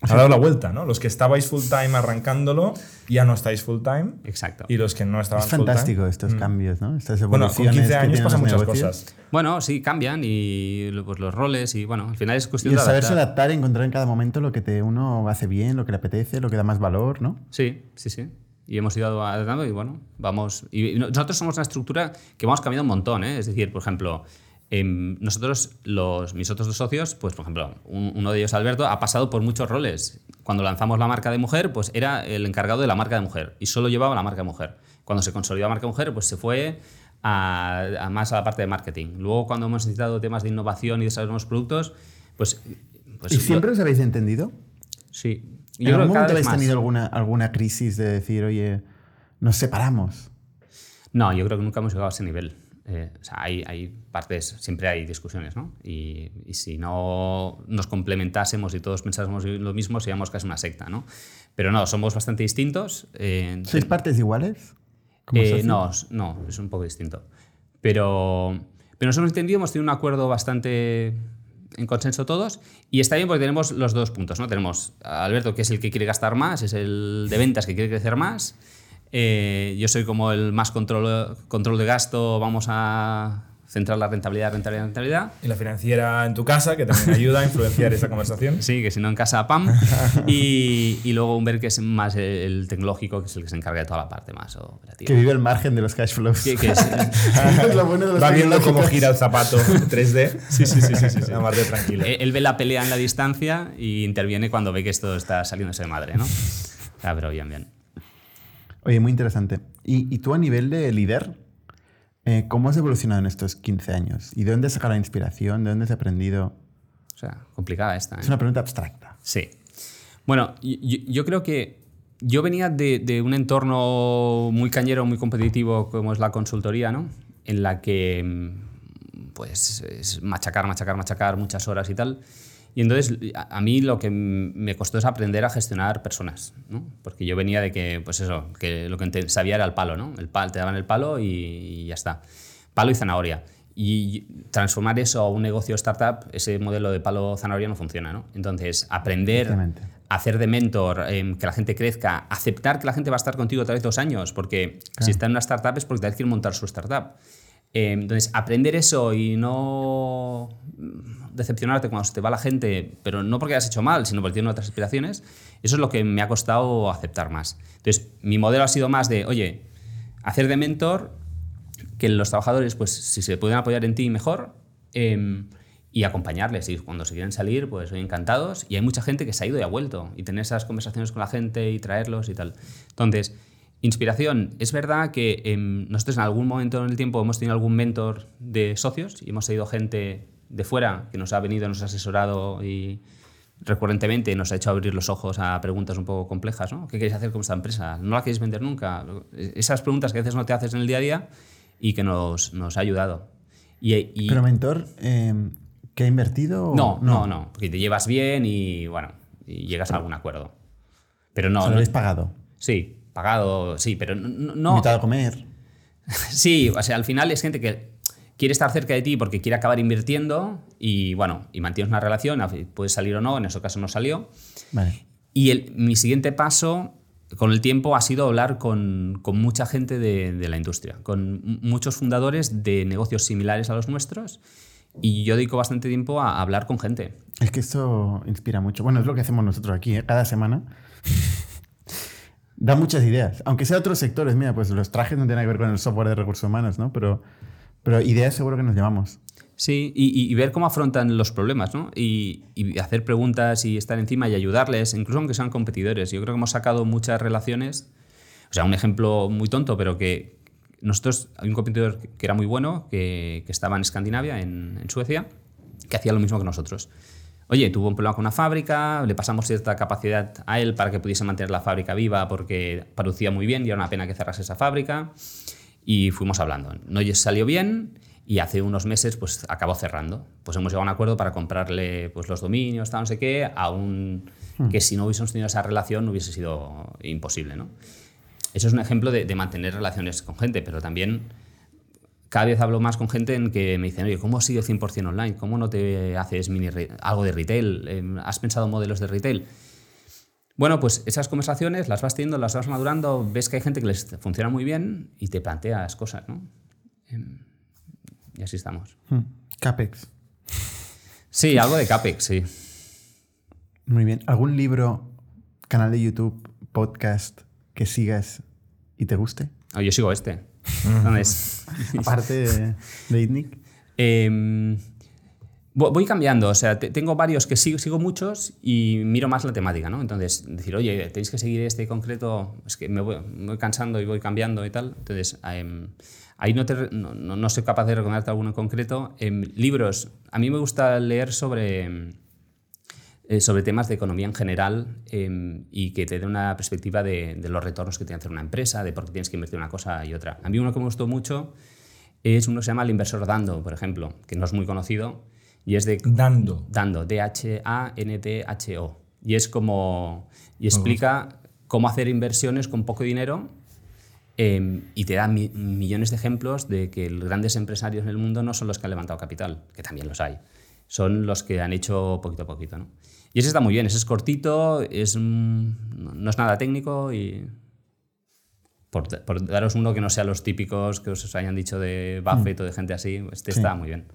D: Ha dado la vuelta, ¿no? Los que estabais full time arrancándolo, ya no estáis full time.
E: Exacto.
D: Y los que no estaban
A: Es
D: full time-
A: fantástico
E: Mm.
A: estos cambios, ¿no? Estas
D: Bueno,
A: evoluciones.
D: con 15
A: que
D: años
A: tienen
D: pasan
A: los
D: muchas
A: negocios.
D: cosas.
E: Bueno, sí, cambian y lo- pues, los roles y bueno, al final es
A: Y
E: cuestión
A: el
E: de
A: saberse
E: adaptar.
A: adaptar y encontrar en cada momento lo que te uno hace bien, lo que le apetece, lo que da más valor, ¿no?
E: Sí, sí, sí. Y hemos ido adaptando y bueno, vamos. Y no- nosotros somos una estructura que hemos cambiado un montón, ¿eh? Es decir, por ejemplo, em, nosotros, los, mis otros dos socios, pues por ejemplo, un- uno de ellos, Alberto, ha pasado por muchos roles. Cuando lanzamos la marca de mujer, pues era el encargado de la marca de mujer y solo llevaba la marca de mujer. Cuando se consolidó la marca de mujer, pues se fue a, a más a la parte de marketing. Luego, cuando hemos necesitado temas de innovación y desarrollar nuevos productos, pues. pues
A: ¿Y siempre os habéis entendido?
E: Sí.
A: ¿En
E: creo
A: algún
E: que
A: momento
E: cada vez
A: habéis
E: más.
A: tenido alguna, alguna crisis de decir, oye, nos separamos?
E: No, yo creo que nunca hemos llegado a ese nivel. Eh, o sea, hay, hay partes, siempre hay discusiones, ¿no? Y, y si no nos complementásemos y todos pensásemos lo mismo, seríamos casi una secta, ¿no? Pero no, somos bastante distintos. eh,
A: ¿Sois partes iguales? como
E: eh,
A: socios?
E: no, s- no, es un poco distinto. Pero, pero nos hemos entendido, hemos tenido un acuerdo bastante en consenso todos y está bien porque tenemos los dos puntos, ¿no? Tenemos a Alberto que es el que quiere gastar más, es el de ventas que quiere crecer más. eh, yo soy como el más control, control de gasto, vamos a centrar la rentabilidad, rentabilidad, rentabilidad.
D: Y la financiera en tu casa, que también ayuda a influenciar esta conversación.
E: Sí, que si no en casa, pam. Y, y luego Humber, que es más el, el tecnológico, que es el que se encarga de toda la parte más operativa.
A: Que vive el margen de los cash flows.
E: Que- que es-
A: Es lo bueno de los
D: Va viendo cómo
A: tecnológicos.
D: gira el zapato 3D. Sí, sí, sí, sí. sí, La más de tranquilo.
E: Él, él ve la pelea en la distancia y interviene cuando ve que esto está saliéndose de madre, ¿no? Ah, pero bien, bien.
A: Oye, muy interesante. ¿Y, y tú a nivel de líder, eh, cómo has evolucionado en estos 15 años? ¿Y de dónde has sacado la inspiración? ¿De dónde has aprendido?
E: O sea, complicada esta. ¿eh?
A: Es una pregunta abstracta.
E: Sí. Bueno, y- yo, yo creo que yo venía de, de un entorno muy cañero, muy competitivo, como es la consultoría, ¿no? En la que, mm, pues, es machacar, machacar, machacar muchas horas y tal. Y entonces, a, a mí lo que m- me costó es aprender a gestionar personas, ¿no? Porque yo venía de que, pues eso, que lo que ente- sabía era el palo, ¿no? El pal, te daban el palo y, y ya está. Palo y zanahoria. Y transformar eso a un negocio startup, ese modelo de palo zanahoria no funciona, ¿no? Entonces, aprender
A: Exactamente.
E: hacer de mentor, em, que la gente crezca, aceptar que la gente va a estar contigo otra vez dos años, porque si está en una startup es porque tal vez quiere montar su startup. Em, entonces, aprender eso y no mm, decepcionarte cuando se te va la gente, pero no porque hayas hecho mal, sino porque tienen otras aspiraciones, eso es lo que me ha costado aceptar más. Entonces, mi modelo ha sido más de, oye, hacer de mentor, que los trabajadores, pues si se pueden apoyar en ti, mejor. em, y acompañarles. Y cuando se quieren salir, pues soy encantados. Y hay mucha gente que se ha ido y ha vuelto. Y tener esas conversaciones con la gente y traerlos y tal. Entonces, inspiración. Es verdad que em, nosotros en algún momento en el tiempo hemos tenido algún mentor de socios y hemos tenido gente de fuera que nos ha venido, nos ha asesorado y recurrentemente nos ha hecho abrir los ojos a preguntas un poco complejas, ¿no? ¿Qué queréis hacer con esta empresa? ¿No la queréis vender nunca? Esas preguntas que a veces no te haces en el día a día y que nos, nos ha ayudado. Y, y-
A: Pero mentor, eh, ¿que ha invertido? o
E: no, no, no, porque te llevas bien y bueno, y llegas a algún acuerdo. Pero
A: ¿Se
E: no,
A: lo
E: no-
A: habéis pagado?
E: sí, pagado, sí, pero no- no, no-
A: ¿Invitado a comer?
E: Sí, o sea, al final es gente que quiere estar cerca de ti porque quiere acabar invirtiendo y bueno, y mantienes una relación, puedes salir o no, en ese caso no salió.
A: Vale.
E: Y el- mi siguiente paso con el tiempo ha sido hablar con, con mucha gente de, de la industria, con m- muchos fundadores de negocios similares a los nuestros. Y yo dedico bastante tiempo a hablar con gente.
A: Es que esto inspira mucho. Bueno, es lo que hacemos nosotros aquí, ¿eh? cada semana. da muchas ideas. Aunque sea otros sectores, mira, pues los trajes no tienen que ver con el software de recursos humanos, ¿no? Pero, pero ideas seguro que nos llevamos.
E: Sí, y, y- y ver cómo afrontan los problemas, ¿no? Y, y hacer preguntas y estar encima y ayudarles, incluso aunque sean competidores. Yo creo que hemos sacado muchas relaciones. O sea, un ejemplo muy tonto, pero que nosotros, hay un competidor que era muy bueno, que, que estaba en Escandinavia, en, en Suecia, que hacía lo mismo que nosotros. Oye, tuvo un problema con una fábrica, le pasamos cierta capacidad a él para que pudiese mantener la fábrica viva porque parecía muy bien y era una pena que cerrase esa fábrica y fuimos hablando. No les salió bien y hace unos meses pues acabó cerrando. Pues hemos llegado a un acuerdo para comprarle pues los dominios, tal, no sé qué, a un que si no hubiésemos tenido esa relación hubiese sido imposible, ¿no? Eso es un ejemplo de, de mantener relaciones con gente, pero también cada vez hablo más con gente en que me dicen, oye, ¿cómo has sido 100% online? ¿Cómo no te haces mini re- algo de retail? Em, ¿Has pensado modelos de retail? Bueno, pues esas conversaciones las vas teniendo, las vas madurando, ves que hay gente que les funciona muy bien y te planteas cosas, ¿no? Em, Y así estamos.
A: Hmm. CAPEX.
E: Sí, algo de CAPEX, sí.
A: Muy bien. ¿Algún libro, canal de YouTube, podcast que sigas y te guste?
E: Oh, yo sigo este. Entonces,
A: Aparte de, de ITNIC.
E: em, vo- voy cambiando, o sea, te- tengo varios que sigo, sigo muchos y miro más la temática, ¿no? Entonces, decir, oye, tenéis que seguir este concreto, es que me voy, me voy cansando y voy cambiando y tal. Entonces, em, ahí no, te re- no, no- no soy capaz de recomendarte alguno en concreto. Em, libros, a mí me gusta leer sobre... em, eh, sobre temas de economía en general eh, y que te dé una perspectiva de, de los retornos que tiene hacer una empresa, de por qué tienes que invertir en una cosa y otra. A mí uno que me gustó mucho es uno que se llama El inversor Dando, por ejemplo, que no es muy conocido y es de
D: Dando.
E: Dando, D-H-A-N-T-H-O. Y es como. Y explica cómo hacer inversiones con poco dinero eh, y te da mi- millones de ejemplos de que los grandes empresarios en el mundo no son los que han levantado capital, que también los hay. Son los que han hecho poquito a poquito. ¿no? Y ese está muy bien, ese es cortito, es, mm, no no es nada técnico y. Por, por daros uno que no sea los típicos que os hayan dicho de Buffett o de gente así, este
A: Sí.
E: está muy bien.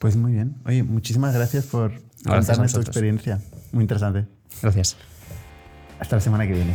A: Pues muy bien. Oye, muchísimas gracias por
E: a
A: contarnos tu
E: vosotros.
A: experiencia. Muy interesante.
E: Gracias.
A: Hasta la semana que viene.